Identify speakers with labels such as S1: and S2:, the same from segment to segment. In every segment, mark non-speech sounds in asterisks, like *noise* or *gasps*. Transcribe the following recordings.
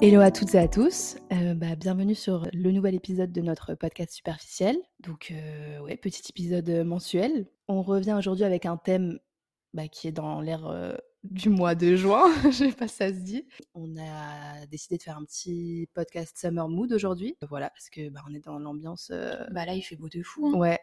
S1: Hello à toutes et à tous, euh, bah, bienvenue sur le nouvel épisode de notre podcast superficiel. Donc, euh, ouais, petit épisode mensuel. On revient aujourd'hui avec un thème bah, qui est dans l'air euh, du mois de juin, *laughs* je sais pas si ça se dit. On a décidé de faire un petit podcast Summer Mood aujourd'hui. Voilà, parce que bah, on est dans l'ambiance. euh,
S2: Bah là, il fait beau de fou. hein.
S1: Ouais,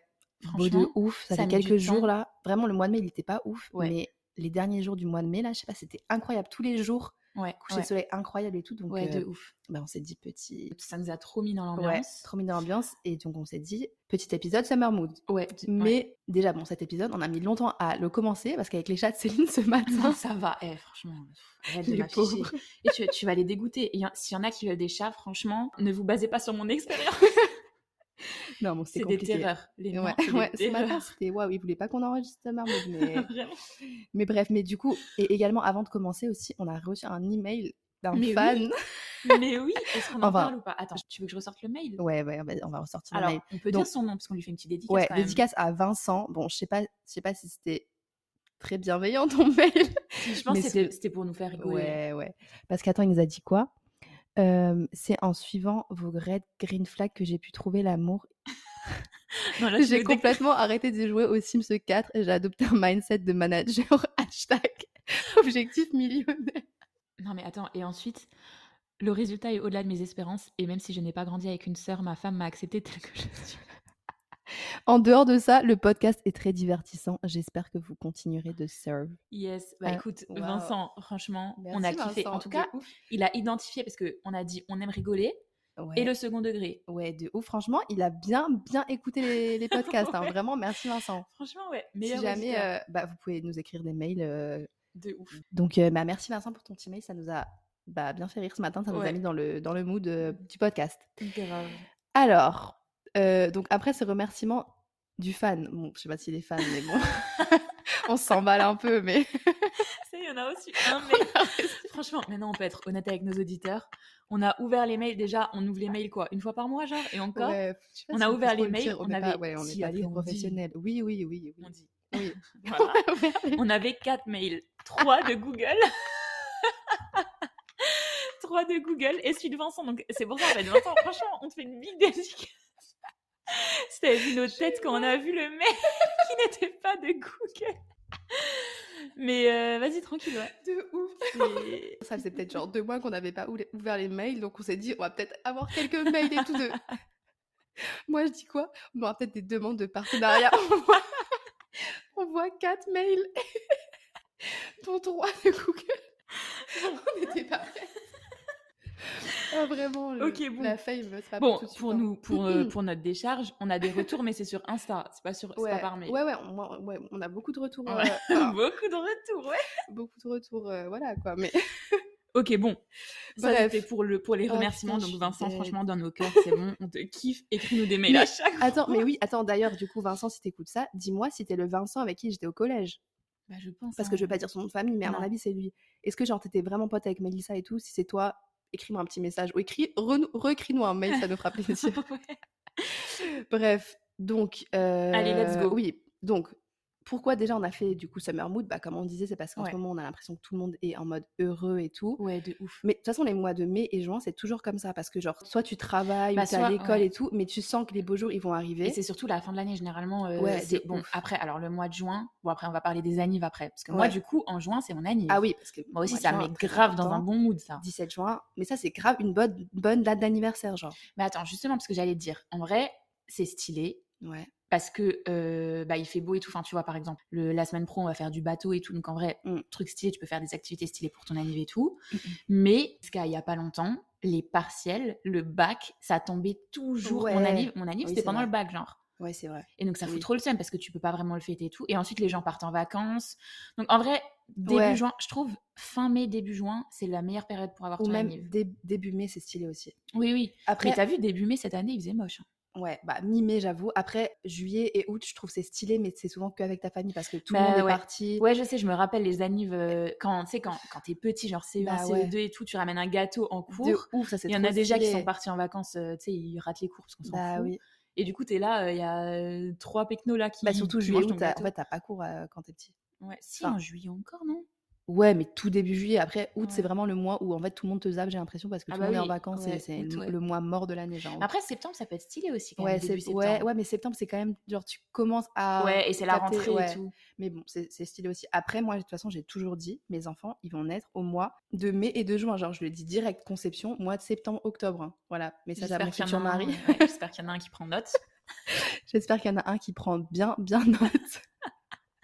S1: beau de
S2: Franchement,
S1: ouf. Ça, fait
S2: ça met du
S1: quelques
S2: temps.
S1: jours là. Vraiment, le mois de mai, il était pas ouf.
S2: Ouais.
S1: Mais les derniers jours du mois de mai, là, je sais pas, c'était incroyable. Tous les jours,
S2: ouais,
S1: coucher
S2: ouais.
S1: de soleil incroyable et tout. Donc,
S2: Ouais, de
S1: euh,
S2: ouf.
S1: bah, on s'est dit petit.
S2: Ça nous a trop mis dans
S1: Ouais,
S2: l'ambiance.
S1: trop mis dans l'ambiance. Et donc, on s'est dit, petit épisode Summer Mood.
S2: Ouais,
S1: Mais déjà, bon, cet épisode, on a mis longtemps à le commencer parce qu'avec les chats de Céline ce
S2: *laughs* Non, *laughs*
S1: matin.
S2: ça va, eh, franchement, pff, arrête de
S1: Les
S2: m'afficher.
S1: pauvres.
S2: Et tu, tu vas les dégoûter. Et y en- S'il y en a qui veulent des chats, franchement, ne vous basez pas sur mon expérience.
S1: non, bon, *laughs* c'est
S2: C'est des
S1: compliqué.
S2: terreurs. Les
S1: Ouais,
S2: noms, c'est des
S1: *laughs* ouais, ce matin,
S2: terreurs.
S1: c'était waouh, ils voulaient pas qu'on enregistre Summer Mood.
S2: *laughs*
S1: Mais...
S2: Vraiment.
S1: mais bref, mais du coup, et également avant de commencer aussi, on a reçu un email d'un
S2: Mais oui.
S1: fan.
S2: Mais oui, est-ce qu'on en
S1: Enfin-
S2: parle ou pas Attends, tu veux que je ressorte le mail
S1: *laughs* Ouais, ouais, on va, on va ressortir le
S2: Alors,
S1: mail.
S2: on peut
S1: Donc-
S2: dire son nom parce qu'on lui fait une petite dédicace.
S1: Ouais,
S2: quand même.
S1: dédicace à Vincent. Bon, je sais pas, je sais pas si c'était très bienveillant ton *laughs* mail.
S2: Je pense
S1: mais
S2: que c'était-
S1: ce-
S2: c'était pour nous faire rigoler.
S1: Ouais, ouais. Parce qu'attends, il nous a dit quoi Euh, C'est en suivant vos red green flags que j'ai pu trouver l'amour.
S2: Non,
S1: *laughs*
S2: là, tu
S1: J'ai
S2: nous dégoûtes.
S1: complètement arrêté de jouer au Sims 4 et j'ai adopté un mindset de manager. *laughs* Hashtag objectif millionnaire.
S2: Non mais attends, et ensuite, le résultat est au-delà de mes espérances, et même si je n'ai pas grandi avec une sœur, ma femme m'a accepté telle que je suis.
S1: En dehors de ça, le podcast est très divertissant. J'espère que vous continuerez de serve.
S2: Yes, bah
S1: Ah,
S2: écoute,
S1: waouh.
S2: Vincent, franchement, on a
S1: Merci,
S2: kiffé.
S1: Vincent,
S2: en tout
S1: de
S2: cas,
S1: ouf.
S2: il a identifié, parce qu'on a dit on aime rigoler,
S1: Ouais.
S2: et le second degré.
S1: Ouais, de ouf. Franchement, il a bien, bien écouté les,
S2: *laughs*
S1: les podcasts. hein.
S2: Ouais.
S1: Vraiment, merci Vincent.
S2: Franchement, ouais,
S1: Si
S2: meilleur
S1: jamais,
S2: résultat. Mm.
S1: euh, bah, vous pouvez nous écrire des mails. euh.
S2: de ouf.
S1: Donc, euh, bah, merci Vincent pour ton petit mail. Ça nous a bah, bien fait rire ce matin. Ça nous a
S2: Ouais.
S1: mis dans le, dans le mood euh, du podcast.
S2: Grave.
S1: Alors, euh, donc après ces remerciements du fan. Bon, je sais pas s'il est fan, mais bon. *laughs* On s'emballe un peu,
S2: *laughs*
S1: mais
S2: *laughs* Ça, il y en a aussi un,
S1: *laughs*
S2: mais franchement, maintenant on peut être honnête avec nos auditeurs. On a ouvert les mails déjà, on ouvre les mails quoi, une fois par mois genre, et encore,
S1: Ouais, je sais pas
S2: On
S1: si
S2: a
S1: peut
S2: ouvert
S1: trop
S2: les
S1: le dire,
S2: mails,
S1: on
S2: on
S1: n'est pas,
S2: avait-
S1: ouais, on n'est
S2: si,
S1: pas
S2: après,
S1: des
S2: on dit.
S1: professionnels. Oui, oui, oui,
S2: *laughs*
S1: oui.
S2: on dit.
S1: oui.
S2: Voilà.
S1: On a ouvert les
S2: on avait quatre mails, trois de Google. *laughs* trois de Google et celui de Vincent. Donc c'est pour ça en fait, Vincent, franchement, on te fait une big dédicace. *laughs* Si t'avais vu nos têtes quand on a vu le mail *laughs* qui n'était pas de Google. Mais euh, vas-y tranquille, ouais.
S1: de ouf.
S2: C'est-
S1: Ça faisait peut-être genre deux mois qu'on n'avait pas oule- ouvert les mails, donc on s'est dit, on va peut-être avoir quelques mails et tout
S2: *laughs*
S1: de... Moi, je dis quoi On aura peut-être des demandes de partenariat. *laughs* On voit, on voit quatre mails, *laughs* dont trois de Google. *laughs* on n'était pas prêts. Ah, vraiment, le-
S2: Ok, bon.
S1: la fame, c'est pas
S2: Bon,
S1: tout de suite,
S2: pour
S1: hein.
S2: nous,
S1: *clears throat*
S2: pour, euh, pour notre décharge, on a des retours, mais c'est sur Insta, c'est pas sur, c'est
S1: Ouais,
S2: pas par mail.
S1: ouais, ouais, on, ouais, on a beaucoup de retours,
S2: Ouais.
S1: euh, enfin,
S2: *laughs* Beaucoup de retours, ouais.
S1: *laughs* beaucoup de retours, euh, voilà quoi. Mais *laughs*
S2: Ok, bon. Ça,
S1: Bref.
S2: c'était pour, le, pour les
S1: Oh,
S2: remerciements.
S1: putain, je
S2: Donc,
S1: suis
S2: Vincent,
S1: dead.
S2: franchement, dans nos cœurs, c'est bon. On te kiffe. Écris-nous des mails
S1: Mais-
S2: à chaque fois.
S1: Attends, mais oui, attends, d'ailleurs, du coup, Vincent, si t'écoutes ça, dis-moi si t'es le Vincent avec qui j'étais au collège.
S2: Bah, je pense.
S1: Parce que je hein. veux pas dire son nom de famille, mais à mon
S2: Non.
S1: avis, c'est lui. Est-ce que, genre, t'étais vraiment pote avec Mélissa et tout Si c'est toi, écris-moi un petit message ou écris, re- recris-nous un mail, ça nous
S2: *laughs*
S1: fera plaisir. *laughs* Bref, donc. euh,
S2: Allez, let's go.
S1: Oui, donc. Pourquoi déjà on a fait du coup Summer Mood bah, Comme on disait, c'est parce qu'en
S2: Ouais.
S1: ce moment on a l'impression que tout le monde est en mode heureux et tout.
S2: Ouais, de ouf.
S1: Mais de toute façon, les mois de mai et juin, c'est toujours comme ça. Parce que, genre, soit tu travailles
S2: Bah,
S1: ou t'es à
S2: soit-
S1: l'école
S2: ouais.
S1: et tout, mais tu sens que les beaux jours ils vont arriver.
S2: Et c'est surtout la fin de l'année, généralement. euh,
S1: Ouais,
S2: c'est
S1: de
S2: bon.
S1: ouf.
S2: Après, alors, le mois de juin. Bon, après, on va parler des annives après. Parce que moi,
S1: Ouais.
S2: du coup, en juin, c'est mon anniv.
S1: Ah oui, parce que
S2: Moi aussi,
S1: mois de
S2: ça
S1: juin,
S2: me met
S1: très
S2: grave dans un
S1: important.
S2: bon mood, ça.
S1: 17 juin, mais ça c'est grave une bonne, bonne date d'anniversaire, genre.
S2: Mais attends, justement, parce que j'allais te dire, en vrai, c'est stylé.
S1: Ouais.
S2: Parce que euh, bah, il fait beau et tout. Enfin, tu vois, par exemple, le, la semaine pro, on va faire du bateau et tout. Donc, en vrai,
S1: Mm.
S2: truc stylé, tu peux faire des activités stylées pour ton anniv et tout. Mais, parce qu'il n'y a pas longtemps, les partiels, le bac, ça tombait toujours. Mon
S1: Ouais.
S2: anniv, mon anniv,
S1: Oui,
S2: c'était
S1: c'est
S2: pendant
S1: vrai.
S2: le bac, genre.
S1: Ouais, c'est vrai.
S2: Et donc, ça fout
S1: Oui.
S2: trop le seum parce que tu peux pas vraiment le fêter et tout. Et ensuite, les gens partent en vacances. Donc, en vrai, début
S1: Ouais.
S2: juin, je trouve fin mai, début juin, c'est la meilleure période pour avoir
S1: Ou
S2: ton
S1: même
S2: anniv.
S1: dé- début mai, c'est stylé aussi.
S2: Oui, oui.
S1: Après,
S2: Mais t'as vu, début mai, cette année, il faisait moche. hein.
S1: ouais, bah mi-mai, j'avoue. Après, juillet et août, je trouve c'est stylé, mais c'est souvent qu'avec ta famille parce que tout le
S2: Bah
S1: monde est
S2: ouais.
S1: parti.
S2: Ouais, je sais, je me rappelle les annives euh, quand tu sais quand quand t'es petit, genre E, CE1,
S1: Bah
S2: CE2 et tout, tu ramènes un gâteau en cours.
S1: De ouf, ça c'est
S2: Il y en
S1: trop
S2: a déjà qui
S1: stylé.
S2: sont partis en vacances, euh, tu sais, ils ratent les cours parce qu'on s'en
S1: Bah
S2: fout.
S1: oui.
S2: Et du coup, t'es là, euh, il y a euh, trois pecnos là qui.
S1: Bah surtout
S2: qui
S1: juillet,
S2: mangent ton
S1: août, t'as- en
S2: gâteau.
S1: fait, t'as pas cours euh, quand t'es petit.
S2: Ouais, si
S1: enfin-
S2: en juillet encore, non
S1: Ouais, mais tout début juillet. Après, août, c'est
S2: Ouais.
S1: vraiment le mois où en fait tout le monde te zappe, j'ai l'impression, parce que
S2: Ah
S1: tout
S2: bah
S1: le monde est en
S2: oui,
S1: vacances
S2: ouais,
S1: et c'est
S2: août,
S1: le-
S2: ouais.
S1: le mois mort de l'année, genre.
S2: Après, septembre, ça peut être stylé aussi quand
S1: ouais,
S2: même. Début
S1: c'est- ouais,
S2: septembre.
S1: ouais, mais septembre, c'est quand même genre tu commences à.
S2: Ouais, et c'est la
S1: capter,
S2: rentrée
S1: ouais.
S2: et tout.
S1: Mais bon, c'est c'est stylé aussi. Après, moi, de toute façon, j'ai toujours dit, mes enfants, ils vont naître au mois de mai et de juin. Genre, je le dis direct, conception, mois de septembre, octobre. hein. Voilà, message à
S2: J'espère
S1: mon
S2: qu'il y en
S1: futur
S2: a un,
S1: mari.
S2: *laughs*
S1: *laughs*
S2: ouais, J'espère qu'il y en a un qui prend note.
S1: J'espère qu'il y en a un qui prend bien, bien note. *laughs*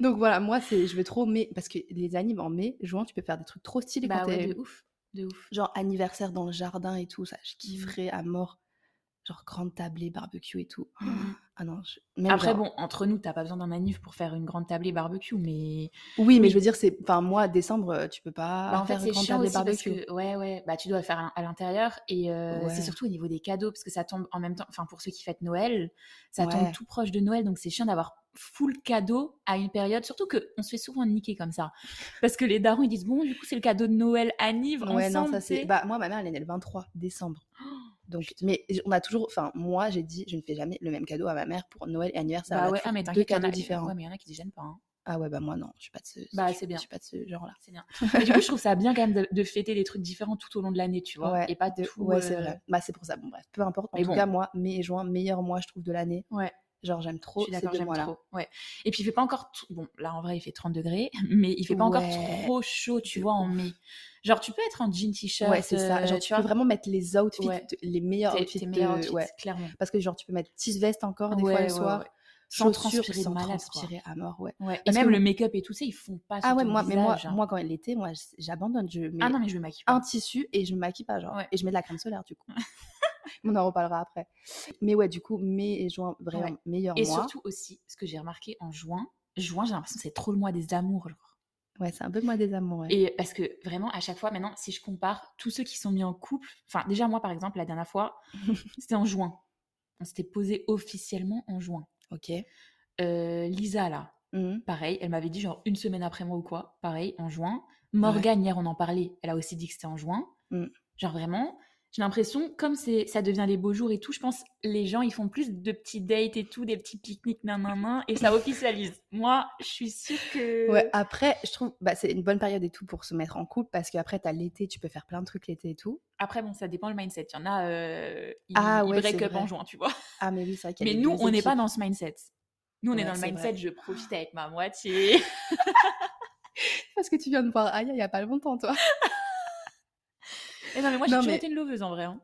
S1: Donc voilà, moi, c'est, je vais trop mai, parce que les animes en mai, juin, tu peux faire des trucs trop stylés
S2: bah
S1: quand
S2: ouais,
S1: t'es-
S2: de ouf. De ouf.
S1: genre anniversaire dans le jardin et tout, ça,
S2: Mmh.
S1: je kifferais à mort. Genre grande tablée, barbecue et tout.
S2: Mhm.
S1: Ah non, je- même
S2: Après,
S1: genre-
S2: bon, entre nous, t'as pas besoin d'un manif pour faire une grande tablée barbecue, mais.
S1: Oui, mais
S2: oui.
S1: je veux dire, c'est, enfin, moi, décembre, euh, tu peux pas
S2: bah, en fait,
S1: faire
S2: c'est
S1: grande
S2: chiant
S1: tablée
S2: aussi parce
S1: barbecue.
S2: que. Ouais, ouais. Bah, tu dois le faire à- à l'intérieur. Et euh,
S1: Ouais.
S2: c'est surtout au niveau des cadeaux, parce que ça tombe en même temps. Enfin, pour ceux qui fêtent Noël, ça
S1: Ouais.
S2: tombe tout proche de Noël, donc c'est chiant d'avoir full cadeau à une période. Surtout qu'on se fait souvent niquer comme ça. Parce que les darons, ils disent bon, du coup, c'est le cadeau de Noël à Nive.
S1: Ouais, non,
S2: ensemble,
S1: ça
S2: tu
S1: c'est.
S2: sais. Oh,
S1: Bah, moi, ma mère, elle est née le 23 décembre. Donc, mais j- on a toujours. Enfin, moi, j'ai dit, je ne fais jamais le même cadeau à ma mère pour Noël et anniversaire.
S2: Bah
S1: Elle a
S2: ouais,
S1: toujours
S2: ah, mais
S1: deux
S2: t'inquiète, il y en a-
S1: cadeaux différents.
S2: Ouais, mais il y en a qui ne gênent pas. hein.
S1: Ah ouais, bah moi, non, je suis pas de ce.
S2: Bah,
S1: je-
S2: c'est bien.
S1: Je suis pas de ce genre-là. *laughs*
S2: C'est bien. Mais du coup, je trouve ça bien quand même de, de fêter des trucs différents tout au long de l'année, tu vois.
S1: Ouais,
S2: et pas
S1: de-
S2: tout.
S1: ouais, c'est
S2: euh,
S1: vrai. Bah, c'est pour ça. Bon, bref, peu importe. En
S2: Mais
S1: tout
S2: bon.
S1: cas, moi, mai et juin, meilleur mois, je trouve, de l'année.
S2: Ouais.
S1: Genre, j'aime
S2: Je
S1: trop
S2: suis
S1: ces
S2: d'accord,
S1: deux
S2: j'aime
S1: mois-là.
S2: trop. Ouais. Et puis il fait pas encore tout- bon, là en vrai il fait 30 degrés, *laughs* mais il fait pas
S1: Ouais.
S2: encore trop chaud, tu
S1: De
S2: vois, en
S1: ouf.
S2: mai. Genre tu peux être en jean t-shirt.
S1: Ouais, c'est ça.
S2: euh,
S1: Genre, tu
S2: vois,
S1: peux vraiment mettre les outfits,
S2: Ouais.
S1: de- les meilleurs
S2: tes-
S1: outfits.
S2: tes meilleurs
S1: de-
S2: outfits,
S1: ouais.
S2: clairement.
S1: Parce que, genre, tu peux mettre six vestes encore, des fois,
S2: euh, Ouais,
S1: le
S2: ouais,
S1: soir.
S2: ouais. Sans
S1: Chaussures,
S2: transpirer de
S1: sans
S2: malade, quoi.
S1: transpirer à mort, ouais.
S2: Ouais. Et
S1: Parce
S2: même
S1: que-
S2: le make-up et tout ça, ils font pas sur
S1: Ah ouais,
S2: ton
S1: moi, mais moi,
S2: visage, hein.
S1: moi quand elle était, moi, j- j'abandonne. Je mets
S2: Ah non, mais je me maquille pas.
S1: un tissu et je me maquille pas, genre.
S2: Ouais.
S1: Et je mets de la crème solaire, du coup. *laughs* On en reparlera après. Mais ouais, du coup, mai et juin, vraiment
S2: Ouais.
S1: meilleur
S2: Et
S1: mois.
S2: surtout aussi, ce que j'ai remarqué en juin, juin, j'ai l'impression que c'est trop le mois des amours. genre.
S1: Ouais, c'est un peu le mois des amours. ouais.
S2: Et parce que vraiment, à chaque fois, maintenant, si je compare tous ceux qui sont mis en couple, enfin, déjà, moi, par exemple, la
S1: *laughs*
S2: dernière fois, c'était en juin. On s'était posé officiellement en juin.
S1: Ok.
S2: Euh, Lisa, là,
S1: Mhm.
S2: pareil, elle m'avait dit genre une semaine après moi ou quoi, pareil, en juin. Morgane, hier, on en parlait, elle a aussi dit que c'était en juin.
S1: Mm.
S2: Genre vraiment, j'ai l'impression, comme c'est, ça devient les beaux jours et tout, je pense les gens, ils font plus de petits dates et tout, des petits pique-niques, nan, nan, nan, et
S1: *laughs*
S2: ça officialise. moi, je suis sûre que...
S1: Ouais, après, je trouve, bah, c'est une bonne période et tout pour se mettre en couple parce qu'après, t'as l'été, tu peux faire plein de trucs l'été et tout.
S2: Après, bon, ça dépend le mindset. Il y en a, euh, ils,
S1: Ah
S2: ils
S1: ouais,
S2: break
S1: c'est
S2: up en
S1: vrai.
S2: juin, tu vois.
S1: Ah, mais oui, c'est vrai qu'il y a
S2: Mais
S1: les
S2: nous,
S1: deux
S2: on n'est pas
S1: équipes.
S2: dans ce mindset. Nous, on
S1: Ouais,
S2: est dans le
S1: c'est
S2: mindset,
S1: vrai.
S2: je profite avec ma moitié.
S1: Parce que tu viens de voir Aya il y a pas longtemps,
S2: *laughs*
S1: toi.
S2: Et non, mais moi, j'ai
S1: Non,
S2: toujours
S1: *laughs* mais-
S2: été une loveuse, en vrai. hein.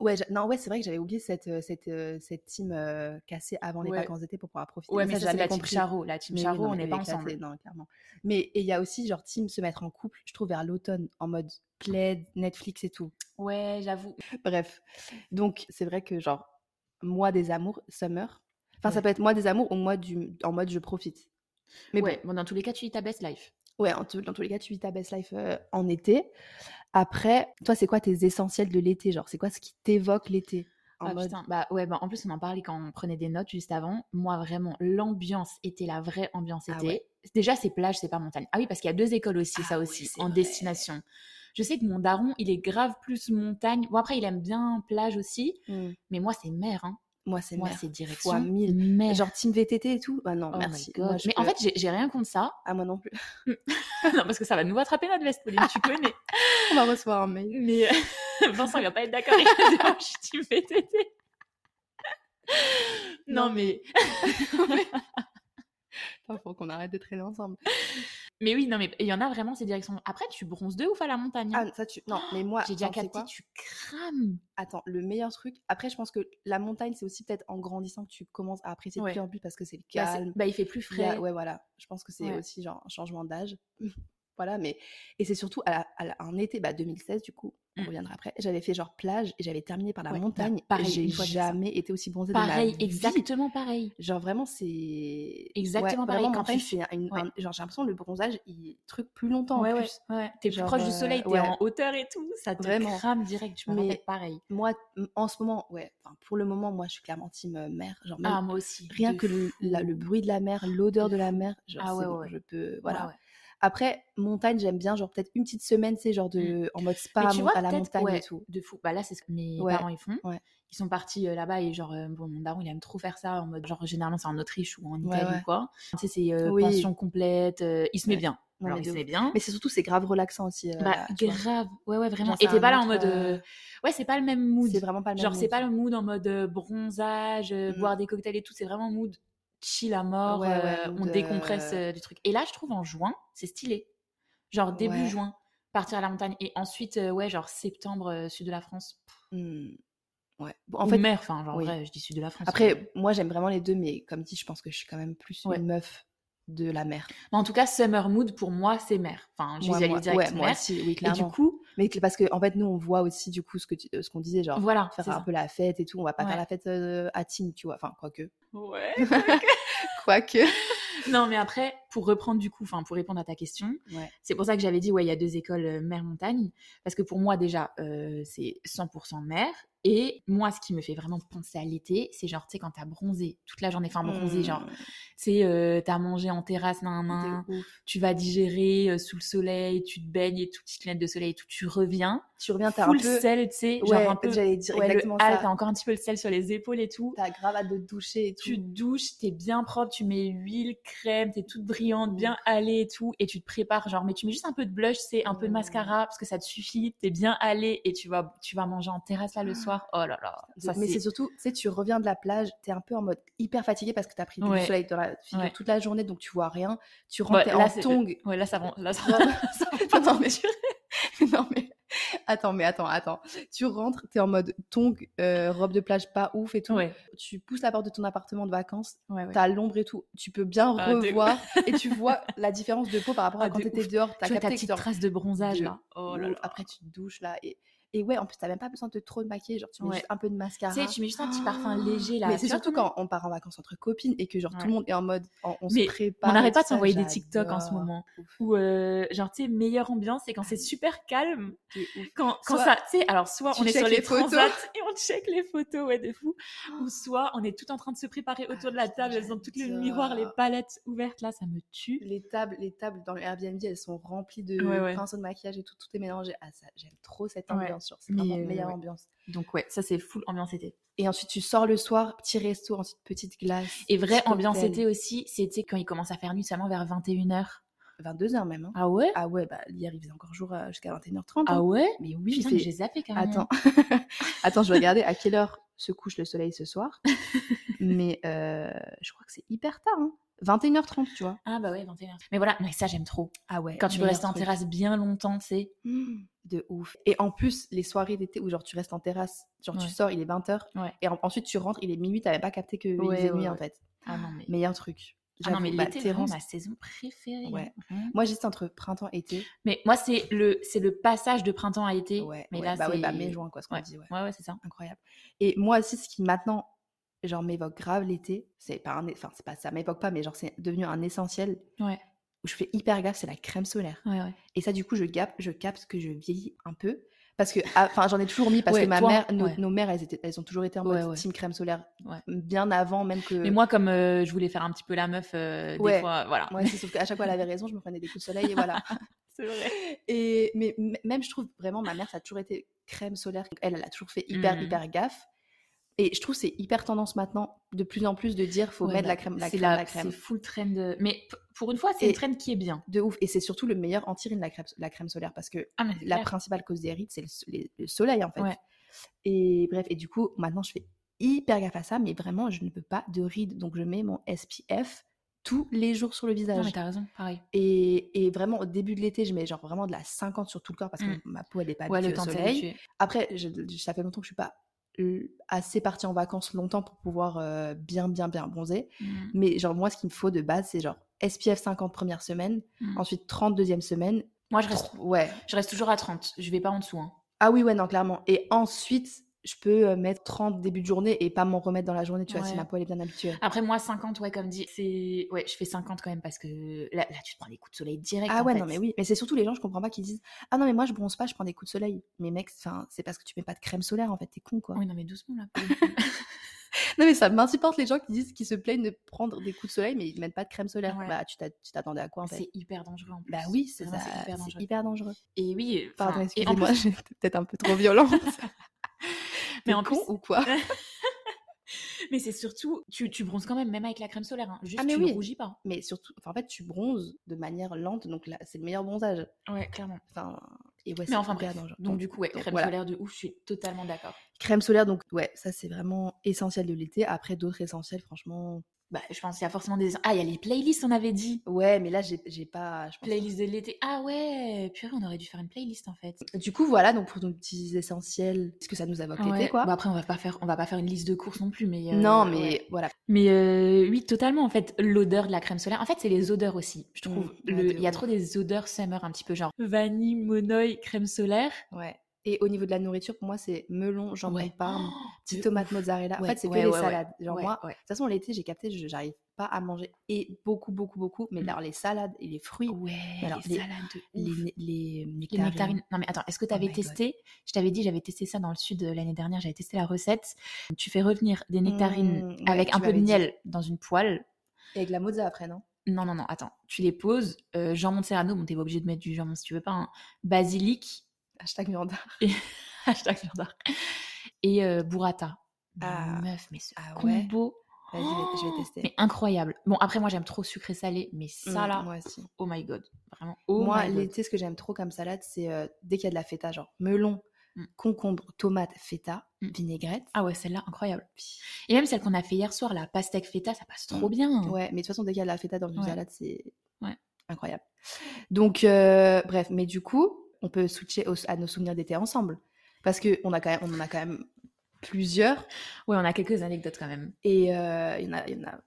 S1: Ouais, j'a- non, ouais, c'est vrai que j'avais oublié cette, euh, cette, euh, cette team euh, cassée avant les
S2: Ouais.
S1: vacances d'été pour pouvoir profiter.
S2: Ouais, mais ça,
S1: j'ai
S2: c'est la
S1: jamais
S2: team
S1: compris.
S2: Charo. La team
S1: Mais oui,
S2: Charo,
S1: non,
S2: on
S1: mais
S2: n'est
S1: oui,
S2: pas
S1: éclaté,
S2: ensemble.
S1: Non, clairement. Mais et il y a aussi, genre, team se mettre en couple, je trouve, vers l'automne, en mode plaid, Netflix et tout.
S2: Ouais, j'avoue.
S1: Bref. Donc, c'est vrai que, genre, moi des amours, summer. Enfin, ça
S2: Ouais.
S1: peut être moi des amours ou moi du, en mode je profite. Mais
S2: Mais
S1: bon.
S2: ouais, bon, dans tous les cas, tu vis ta best life.
S1: Ouais, en tout- dans tous les cas, tu vis ta best life euh, en été. Après, toi, c'est quoi tes essentiels de l'été Genre, c'est quoi ce qui t'évoque l'été En
S2: Ah,
S1: mode.
S2: putain, bah ouais, bah, en plus, on en parlait quand on prenait des notes juste avant. Moi, vraiment, l'ambiance était la vraie ambiance
S1: Ah
S2: été.
S1: ouais.
S2: Déjà, c'est plage, c'est pas montagne. Ah oui, parce qu'il y a deux écoles aussi,
S1: Ah
S2: ça
S1: oui,
S2: aussi,
S1: c'est
S2: en
S1: vrai.
S2: destination. Je sais que mon daron, il est grave plus montagne. Bon, après, il aime bien plage aussi,
S1: Hmm.
S2: mais moi, c'est mer. Hein.
S1: Moi, c'est
S2: Moi,
S1: mer.
S2: c'est direction.
S1: fois mille.
S2: Mer.
S1: Genre, team VTT et tout Bah non,
S2: Oh my
S1: merci.
S2: God.
S1: Moi, je
S2: mais en
S1: peux-
S2: fait, j'ai- j'ai rien contre ça. *laughs*
S1: Ah, moi non plus.
S2: non, parce que ça va nous attraper notre veste, Pauline, tu connais.
S1: On va recevoir un mail.
S2: Mais *laughs* euh, Vincent, il va pas être d'accord. Il va dire, Oh, je suis VTT. Non,
S1: Non,
S2: mais...
S1: Il faut qu'on arrête de traîner ensemble.
S2: mais oui, non, mais il y en a vraiment ces directions. Après, tu bronzes de ouf à la montagne.
S1: Ah,
S2: hein.
S1: ça, tu. Non, mais moi.
S2: J'ai déjà
S1: attends, tu sais
S2: capté,
S1: quoi
S2: tu crames.
S1: Attends, le meilleur truc. Après, je pense que la montagne, c'est aussi peut-être en grandissant que tu commences à apprécier de
S2: Ouais.
S1: plus en plus parce que c'est le
S2: Bah, c'est-
S1: calme.
S2: bah, il fait plus
S1: il y a-
S2: frais.
S1: Ouais, voilà. Je pense que c'est
S2: Ouais.
S1: aussi genre un changement d'âge. *laughs* voilà, mais. Et c'est surtout à, la- à la- un été, bah 2016, du coup, on
S2: Mm.
S1: reviendra après. J'avais fait genre plage et j'avais terminé par la
S2: Ouais, bah,
S1: montagne.
S2: pareil,
S1: J'ai
S2: une fois, j'ai fait ça.
S1: jamais été aussi bronzée de ma
S2: Pareil,
S1: vie.
S2: exactement pareil.
S1: Genre vraiment, c'est.
S2: Exactement
S1: ouais,
S2: pareil,
S1: Vraiment,
S2: quand
S1: montagne,
S2: tu-
S1: c'est une-
S2: ouais.
S1: un- Genre, j'ai l'impression que le bronzage, il truc plus longtemps
S2: ouais,
S1: en
S2: ouais,
S1: plus.
S2: ouais. T'es plus
S1: Genre,
S2: proche du
S1: euh,
S2: soleil, t'es
S1: ouais.
S2: en hauteur et tout. Ça te
S1: Vraiment.
S2: crame direct. Je me
S1: Mais-
S2: rappelle pareil.
S1: Moi, m- en ce moment, ouais. enfin, Pour le moment, moi, je suis clairement team euh, mer. Genre, même
S2: Ah, moi aussi.
S1: rien
S2: de
S1: que le, la- le
S2: fou.
S1: bruit de la mer, l'odeur
S2: De
S1: de la mer, genre,
S2: Ah
S1: c'est
S2: ouais,
S1: bon,
S2: ouais, ouais.
S1: je peux.
S2: Ouais,
S1: Voilà.
S2: ouais.
S1: Après, montagne, j'aime bien, genre peut-être une petite semaine, c'est genre de, en mode spa
S2: Mmh. Mais tu
S1: mon-
S2: vois,
S1: à la
S2: peut-être,
S1: montagne
S2: ouais.
S1: et tout.
S2: de fou. Bah là, c'est ce que mes
S1: Ouais,
S2: parents ils font.
S1: ouais.
S2: Ils sont partis euh, là-bas et genre, euh, bon, mon daron, il aime trop faire ça en mode, genre, généralement, c'est en Autriche ou en
S1: Ouais,
S2: Italie
S1: ouais.
S2: ou quoi. Tu sais, c'est euh,
S1: Oui.
S2: pension complète, euh, il se met
S1: Ouais.
S2: bien.
S1: Non,
S2: Alors,
S1: mais
S2: il
S1: de
S2: se
S1: ouf.
S2: met bien.
S1: Mais c'est surtout, c'est grave relaxant aussi. euh,
S2: bah,
S1: là, tu vois.
S2: grave. Ouais, ouais, vraiment.
S1: Genre,
S2: Et
S1: c'est
S2: t'es
S1: un
S2: pas là en
S1: autre,
S2: mode. euh,
S1: euh,
S2: Ouais, c'est pas le même mood.
S1: C'est vraiment pas le même.
S2: Genre, c'est
S1: mood.
S2: pas le mood en mode euh, bronzage, euh,
S1: Mm.
S2: boire des cocktails et tout. C'est vraiment mood chill à mort.
S1: Ouais, ouais,
S2: euh, on
S1: mood,
S2: décompresse
S1: euh,
S2: euh, du truc. Et là, je trouve en juin, c'est stylé. Genre, début
S1: Ouais.
S2: juin, partir à la montagne. Et ensuite, euh, ouais, genre septembre, euh, sud de la France.
S1: Hmm. Ouais. Bon,
S2: En
S1: en fait,
S2: mer, enfin, genre, en
S1: oui.
S2: vrai, je dis sud de la France. mais-
S1: après, moi, j'aime vraiment les deux, mais comme dit, je pense que je suis quand même plus
S2: Ouais.
S1: une meuf de la mer.
S2: Mais en tout cas, summer mood, pour moi, c'est mer. Enfin, je
S1: Moi,
S2: visualise
S1: moi-
S2: direct
S1: ouais, moi
S2: mer.
S1: aussi, oui,
S2: et
S1: clairement.
S2: du coup,
S1: Mais que- parce que, en fait, nous, on voit aussi, du coup, ce que tu- ce qu'on disait, genre,
S2: voilà.
S1: faire
S2: c'est
S1: un
S2: ça.
S1: peu la fête et tout. On va pas
S2: Ouais.
S1: faire la fête euh, à Tignes, tu vois. Enfin, quoique.
S2: Ouais.
S1: Quoique.
S2: *laughs* non, mais après, pour reprendre du coup, enfin, pour répondre à ta question,
S1: Ouais.
S2: c'est pour ça que j'avais dit, ouais, il y a deux écoles euh, mer-montagne. Parce que pour moi, déjà, euh, c'est 100% mer. Et moi, ce qui me fait vraiment penser à l'été, c'est genre, tu sais, quand t'as bronzé toute la
S1: Ah,
S2: journée, enfin, bronzé, genre, c'est euh, t'as mangé en terrasse, nan, nan, nan,
S1: Hmm, de ouf.
S2: tu vas digérer euh, sous le soleil, tu te baignes et tout, petite lunette de soleil et tout, tu reviens.
S1: Tu reviens, t'as un
S2: full
S1: peu.
S2: sel, tu sais,
S1: Ouais,
S2: genre un peu.
S1: j'allais dire
S2: ouais, le
S1: exactement
S2: hal, t'as
S1: ça.
S2: encore un petit peu le sel sur les épaules et tout.
S1: T'as grave hâte de te doucher et tout.
S2: Tu te douches, t'es bien propre, tu mets huile, crème, t'es toute brillante, bien
S1: Mmh.
S2: allée et tout, et tu te prépares, genre, mais tu mets juste un peu de blush, c'est un peu de
S1: Mm.
S2: mascara, parce que ça te suffit, t'es bien allée, et tu vas, tu vas manger en terrasse là le soir. Oh là là, ça
S1: Ah, mais c'est
S2: c'est.
S1: surtout, tu sais, tu reviens de la plage, t'es un peu en mode hyper fatigué parce que t'as pris
S2: Ouais.
S1: du soleil dans la figure
S2: Ouais.
S1: toute la journée, donc tu vois rien. Tu rentres,
S2: Ouais,
S1: t'es
S2: là,
S1: en
S2: c'est- *laughs*
S1: tongue.
S2: Ouais, là ça va, là ça ça va pas
S1: attends, mais je- *laughs* non, mais attends, mais attends, attends. Tu rentres, t'es en mode tongue, euh, robe de plage pas ouf et tout.
S2: Ouais,
S1: Tu pousses la porte de ton appartement de vacances,
S2: ouais, ouais.
S1: t'as l'ombre et tout. Tu peux bien
S2: Ah, de ouf.
S1: revoir et tu
S2: *laughs*
S1: vois la différence de peau par rapport à
S2: Ah,
S1: quand
S2: de
S1: t'étais
S2: ouf.
S1: dehors. T'as
S2: Tu vois ta
S1: capté que
S2: petite
S1: genre,
S2: trace de bronzage
S1: de
S2: là. Oh là
S1: ouf,
S2: là.
S1: après tu te douches là et. Et ouais, en plus, t'as même pas besoin de te trop te maquiller, genre tu mets
S2: Ouais.
S1: juste un peu de mascara.
S2: Tu sais, tu mets juste un petit
S1: Ah. *gasps*
S2: parfum léger là.
S1: Mais c'est
S2: Tu vois
S1: surtout
S2: comment-
S1: quand on part en vacances entre copines et que genre tout
S2: Ouais.
S1: le monde est en mode en- on
S2: Mais
S1: se prépare.
S2: On
S1: et tout
S2: n'arrête pas de
S1: ça,
S2: s'envoyer des TikTok en ce
S1: j'adore.
S2: moment.
S1: Ouf,
S2: Ou euh, genre, tu sais, meilleure ambiance, c'est quand c'est super calme.
S1: de ouf.
S2: Quand, quand
S1: Soit-
S2: ça, tu sais, alors soit
S1: tu
S2: on est sur
S1: checkes
S2: les,
S1: les photos.
S2: transats *laughs* et on check les photos, ouais, de fou. Ou soit on est tout en train de se préparer autour de la
S1: putain,
S2: table, elles ont toutes le
S1: Ah, j'adore.
S2: miroir, les palettes ouvertes, là, ça me tue.
S1: Les tables, les tables dans le Airbnb, elles sont remplies de
S2: Ouais, ouais.
S1: pinceaux de maquillage et tout, tout est mélangé. Ah ça, j'aime trop cette
S2: Ouais.
S1: ambiance, genre, c'est
S2: Mais,
S1: vraiment
S2: euh,
S1: meilleure
S2: ouais.
S1: ambiance.
S2: Donc, ouais, ça, c'est full ambiance été.
S1: Et ensuite tu sors le soir, petit resto, ensuite petite glace.
S2: Et vraie
S1: petit
S2: ambiance
S1: cocktail.
S2: été aussi, c'était quand il commence à faire nuit seulement vers 21h.
S1: 22 h même. hein.
S2: Ah ouais
S1: Ah ouais, bah hier il faisait encore jour euh, jusqu'à 21h30.
S2: Ah ouais
S1: Mais oui, il
S2: Putain,
S1: fait-
S2: mais hein. j'ai zappé quand même.
S1: Attends, *laughs* attends, je vais regarder à quelle heure se couche le soleil ce
S2: *laughs*
S1: soir. mais euh, je crois que c'est hyper tard. hein. 21h30, tu vois.
S2: Ah bah ouais, 21h. Mais voilà, mais ça, j'aime trop.
S1: Ah ouais.
S2: Quand tu peux rester en terrasse bien longtemps, tu sais.
S1: De ouf. Et en plus, les soirées d'été où genre tu restes en terrasse, genre
S2: Ouais.
S1: tu sors, il est 20h.
S2: Ouais.
S1: Et en- ensuite tu rentres, il est minuit, t'as même pas capté que
S2: Ouais,
S1: il faisait
S2: ouais,
S1: nuit en
S2: ouais.
S1: fait.
S2: Ah non, mais.
S1: Meilleur truc.
S2: Ah non, mais
S1: J'avoue, bah,
S2: l'été, vraiment
S1: terrasse-
S2: ma saison préférée. hein.
S1: Ouais. mmh.
S2: Vraiment.
S1: Moi j'hésite entre printemps et été.
S2: Mais moi, c'est le, c'est le passage de printemps à été.
S1: Ouais.
S2: mais
S1: ouais,
S2: là,
S1: bah
S2: c'est...
S1: ouais, bah mai, juin, quoi, ce qu'on dit. Ouais.
S2: Ouais, ouais, c'est ça.
S1: Incroyable. Et moi aussi, ce qui maintenant, genre, m'évoque grave l'été, c'est pas un, enfin, c'est pas ça, m'évoque pas, mais genre, c'est devenu un essentiel.
S2: Ouais.
S1: Où je fais hyper gaffe, c'est la crème solaire.
S2: Ouais, ouais.
S1: Et ça, du coup, je gap, je capte que je vieillis un peu. Parce que, ah, enfin, j'en ai toujours mis parce
S2: Ouais,
S1: que ma
S2: toi,
S1: mère, nos,
S2: ouais.
S1: nos mères, elles, étaient, elles ont toujours été en
S2: Ouais,
S1: mode
S2: ouais.
S1: team crème solaire.
S2: Ouais.
S1: Bien avant, même que.
S2: Mais moi, comme euh, je voulais faire un petit peu la meuf, euh, des
S1: Ouais.
S2: fois, voilà.
S1: Ouais, c'est sauf qu'à chaque fois, elle avait raison, je me prenais des coups de soleil et voilà.
S2: C'est vrai.
S1: Et, mais m- même, je trouve vraiment, ma mère, ça a toujours été crème solaire. Elle, elle a toujours fait hyper,
S2: Mhm.
S1: hyper gaffe. Et je trouve que c'est hyper tendance maintenant, de plus en plus, de dire faut
S2: Ouais,
S1: mettre la
S2: bah,
S1: crème, la
S2: c'est
S1: crème, la,
S2: C'est
S1: crème.
S2: full trend. euh, Mais p- pour une fois, c'est
S1: Et-
S2: une trend qui est bien.
S1: De ouf. Et c'est surtout le meilleur anti-rine, la crème, la crème solaire, parce que
S2: Ah, mais c'est
S1: la
S2: clair.
S1: principale cause des rides, c'est le, so- les- le soleil, en fait.
S2: Ouais.
S1: Et bref, et du coup, maintenant, je fais hyper gaffe à ça, mais vraiment, je ne peux pas de rides. Donc, je mets mon SPF tous les jours sur le
S2: Non,
S1: visage.
S2: mais t'as raison, pareil.
S1: et, et vraiment, au début de l'été, je mets genre vraiment de la 50 sur tout le corps, parce que
S2: Mm.
S1: ma peau, elle n'est pas
S2: Ouais,
S1: habituée
S2: le temps
S1: au
S2: de
S1: soleil.
S2: s'habituer.
S1: Après, je, je- ça fait longtemps que je suis pas euh, assez partie en vacances longtemps pour pouvoir euh, bien, bien, bien bronzer.
S2: Mm.
S1: Mais genre, moi, ce qu'il me faut de base, c'est genre SPF 50 première semaine,
S2: Mm.
S1: ensuite 30 deuxième semaine.
S2: Moi, je reste,
S1: tro- Ouais.
S2: je reste toujours à 30. Je vais pas en dessous. hein.
S1: Ah oui, ouais, non, clairement. Et ensuite, je peux euh, mettre 30 début de journée et pas m'en remettre dans la journée, tu vois, si
S2: Ouais.
S1: ma peau elle est bien habituée.
S2: Après, moi, 50, ouais, comme dit, c'est. Ouais, je fais 50 quand même parce que là, là, tu te prends des coups de soleil direct.
S1: Ah
S2: en
S1: ouais,
S2: fait.
S1: non, mais oui. Mais c'est surtout les gens, je comprends pas, qui disent Ah non, mais moi, je bronze pas, je prends des coups de soleil. Mais mec, 'fin, c'est parce que tu mets pas de crème solaire, en fait, t'es con, quoi.
S2: Oui, non, mais doucement là. quand même.
S1: Non, mais ça m'insupporte les gens qui disent qu'ils se plaignent de prendre des coups de soleil, mais ils ne mettent pas de crème solaire.
S2: Ouais.
S1: Bah, tu t'as- tu t'attendais à quoi en fait
S2: C'est hyper dangereux en plus.
S1: Bah oui, c'est
S2: Vraiment,
S1: ça,
S2: c'est hyper
S1: c'est
S2: dangereux.
S1: hyper dangereux.
S2: Et oui, enfin,
S1: Pardon,
S2: et en
S1: excusez-moi,
S2: plus-
S1: *laughs* j'étais peut-être un peu trop violente.
S2: *laughs* mais
S1: T'es
S2: en
S1: con
S2: plus,
S1: ou quoi
S2: mais c'est surtout, tu, tu bronzes quand même, même avec la crème solaire. hein. Juste,
S1: Ah, mais
S2: tu
S1: oui.
S2: ne rougis pas.
S1: Mais surtout, enfin, en fait, tu bronzes de manière lente, donc là, c'est le meilleur bronzage.
S2: Ouais, clairement.
S1: Enfin, et ouais,
S2: Mais
S1: c'est
S2: enfin,
S1: hyper
S2: bref.
S1: dangereux.
S2: hein. Donc, du coup, ouais,
S1: donc,
S2: crème
S1: voilà.
S2: solaire de ouf, je suis totalement d'accord.
S1: crème solaire, donc ouais, ça c'est vraiment essentiel de l'été. Après, d'autres essentiels, franchement.
S2: Bah, je pense qu'il y a forcément des. Ah, il y a les playlists, on avait dit.
S1: Ouais, mais là, j'ai j'ai pas. je pense-
S2: Playlist de l'été. Ah ouais, purée, on aurait dû faire une playlist en fait.
S1: Du coup, voilà, donc pour nos petits essentiels, ce que ça nous évoque
S2: Ah Ouais.
S1: l'été, quoi.
S2: Bon, après, on va pas faire, on va pas faire une liste de courses non plus, mais. euh,
S1: non, mais
S2: ouais.
S1: voilà.
S2: Mais euh, oui, totalement en fait. L'odeur de la crème solaire. En fait, c'est les odeurs aussi. Je
S1: Mm,
S2: trouve.
S1: ouais,
S2: Le-
S1: de
S2: Il y a
S1: ouf.
S2: trop des odeurs summer un petit peu genre vanille, monoï, crème solaire.
S1: Ouais. Et au niveau de la nourriture, pour moi, c'est melon, jambon
S2: Ouais.
S1: de parme,
S2: Oh, *gasps* de
S1: petite tomate mozzarella.
S2: Ouais,
S1: en fait, c'est
S2: ouais,
S1: que les
S2: ouais, ouais.
S1: salades. Genre
S2: Ouais,
S1: moi, de
S2: ouais.
S1: toute façon, l'été, j'ai capté, je- j'arrive pas à manger et beaucoup, beaucoup, beaucoup. Mais
S2: Mm.
S1: alors les salades et les fruits,
S2: Ouais,
S1: alors,
S2: les,
S1: les-
S2: salades de
S1: les,
S2: ouf.
S1: ne- les
S2: Les
S1: nectarines.
S2: nectarines. Non mais attends, est-ce que tu avais
S1: my God.
S2: testé Je t'avais dit, j'avais testé ça dans le sud euh, l'année dernière, j'avais testé la recette. Tu fais revenir des nectarines
S1: Mm, ouais,
S2: avec
S1: tu
S2: un peu de
S1: m'avais dit.
S2: miel dans une poêle.
S1: Et avec la mozza après, non
S2: Non, non, non, attends. Tu les poses, euh, jambon de Serrano, bon, t'es pas obligé de mettre du jambon si tu veux pas, hein. basilic, *laughs*
S1: Hashtag *laughs* Miranda.
S2: hashtag viandard, et euh, burrata. Mais
S1: Ah.
S2: meuf, mais ce
S1: Ah ouais.
S2: combo,
S1: Vas-y, je vais-
S2: *gasps*
S1: je vais
S2: oh,
S1: tester.
S2: mais incroyable. Bon, après, moi, j'aime trop sucré-salé, mais ça,
S1: Mm,
S2: là,
S1: Moi aussi.
S2: oh my god, vraiment, oh
S1: Moi,
S2: my god.
S1: l'été, ce que j'aime trop comme salade, c'est euh, dès qu'il y a de la feta, genre melon,
S2: Mm.
S1: concombre, tomate, feta,
S2: Mm.
S1: vinaigrette.
S2: Ah ouais, celle-là, incroyable. Et même celle qu'on a fait hier soir, la pastèque feta, ça passe
S1: Mm.
S2: trop bien.
S1: Ouais, mais de toute façon, dès qu'il y a de la feta dans une
S2: Mmh. Ouais.
S1: salade, c'est
S2: Ouais.
S1: incroyable. Donc, euh, bref, mais du coup, on peut switcher au- à nos souvenirs d'été ensemble. Parce qu'on a quand même, on en a quand même plusieurs.
S2: Ouais, on a quelques anecdotes quand même.
S1: Et euh, il y en a- il y en a-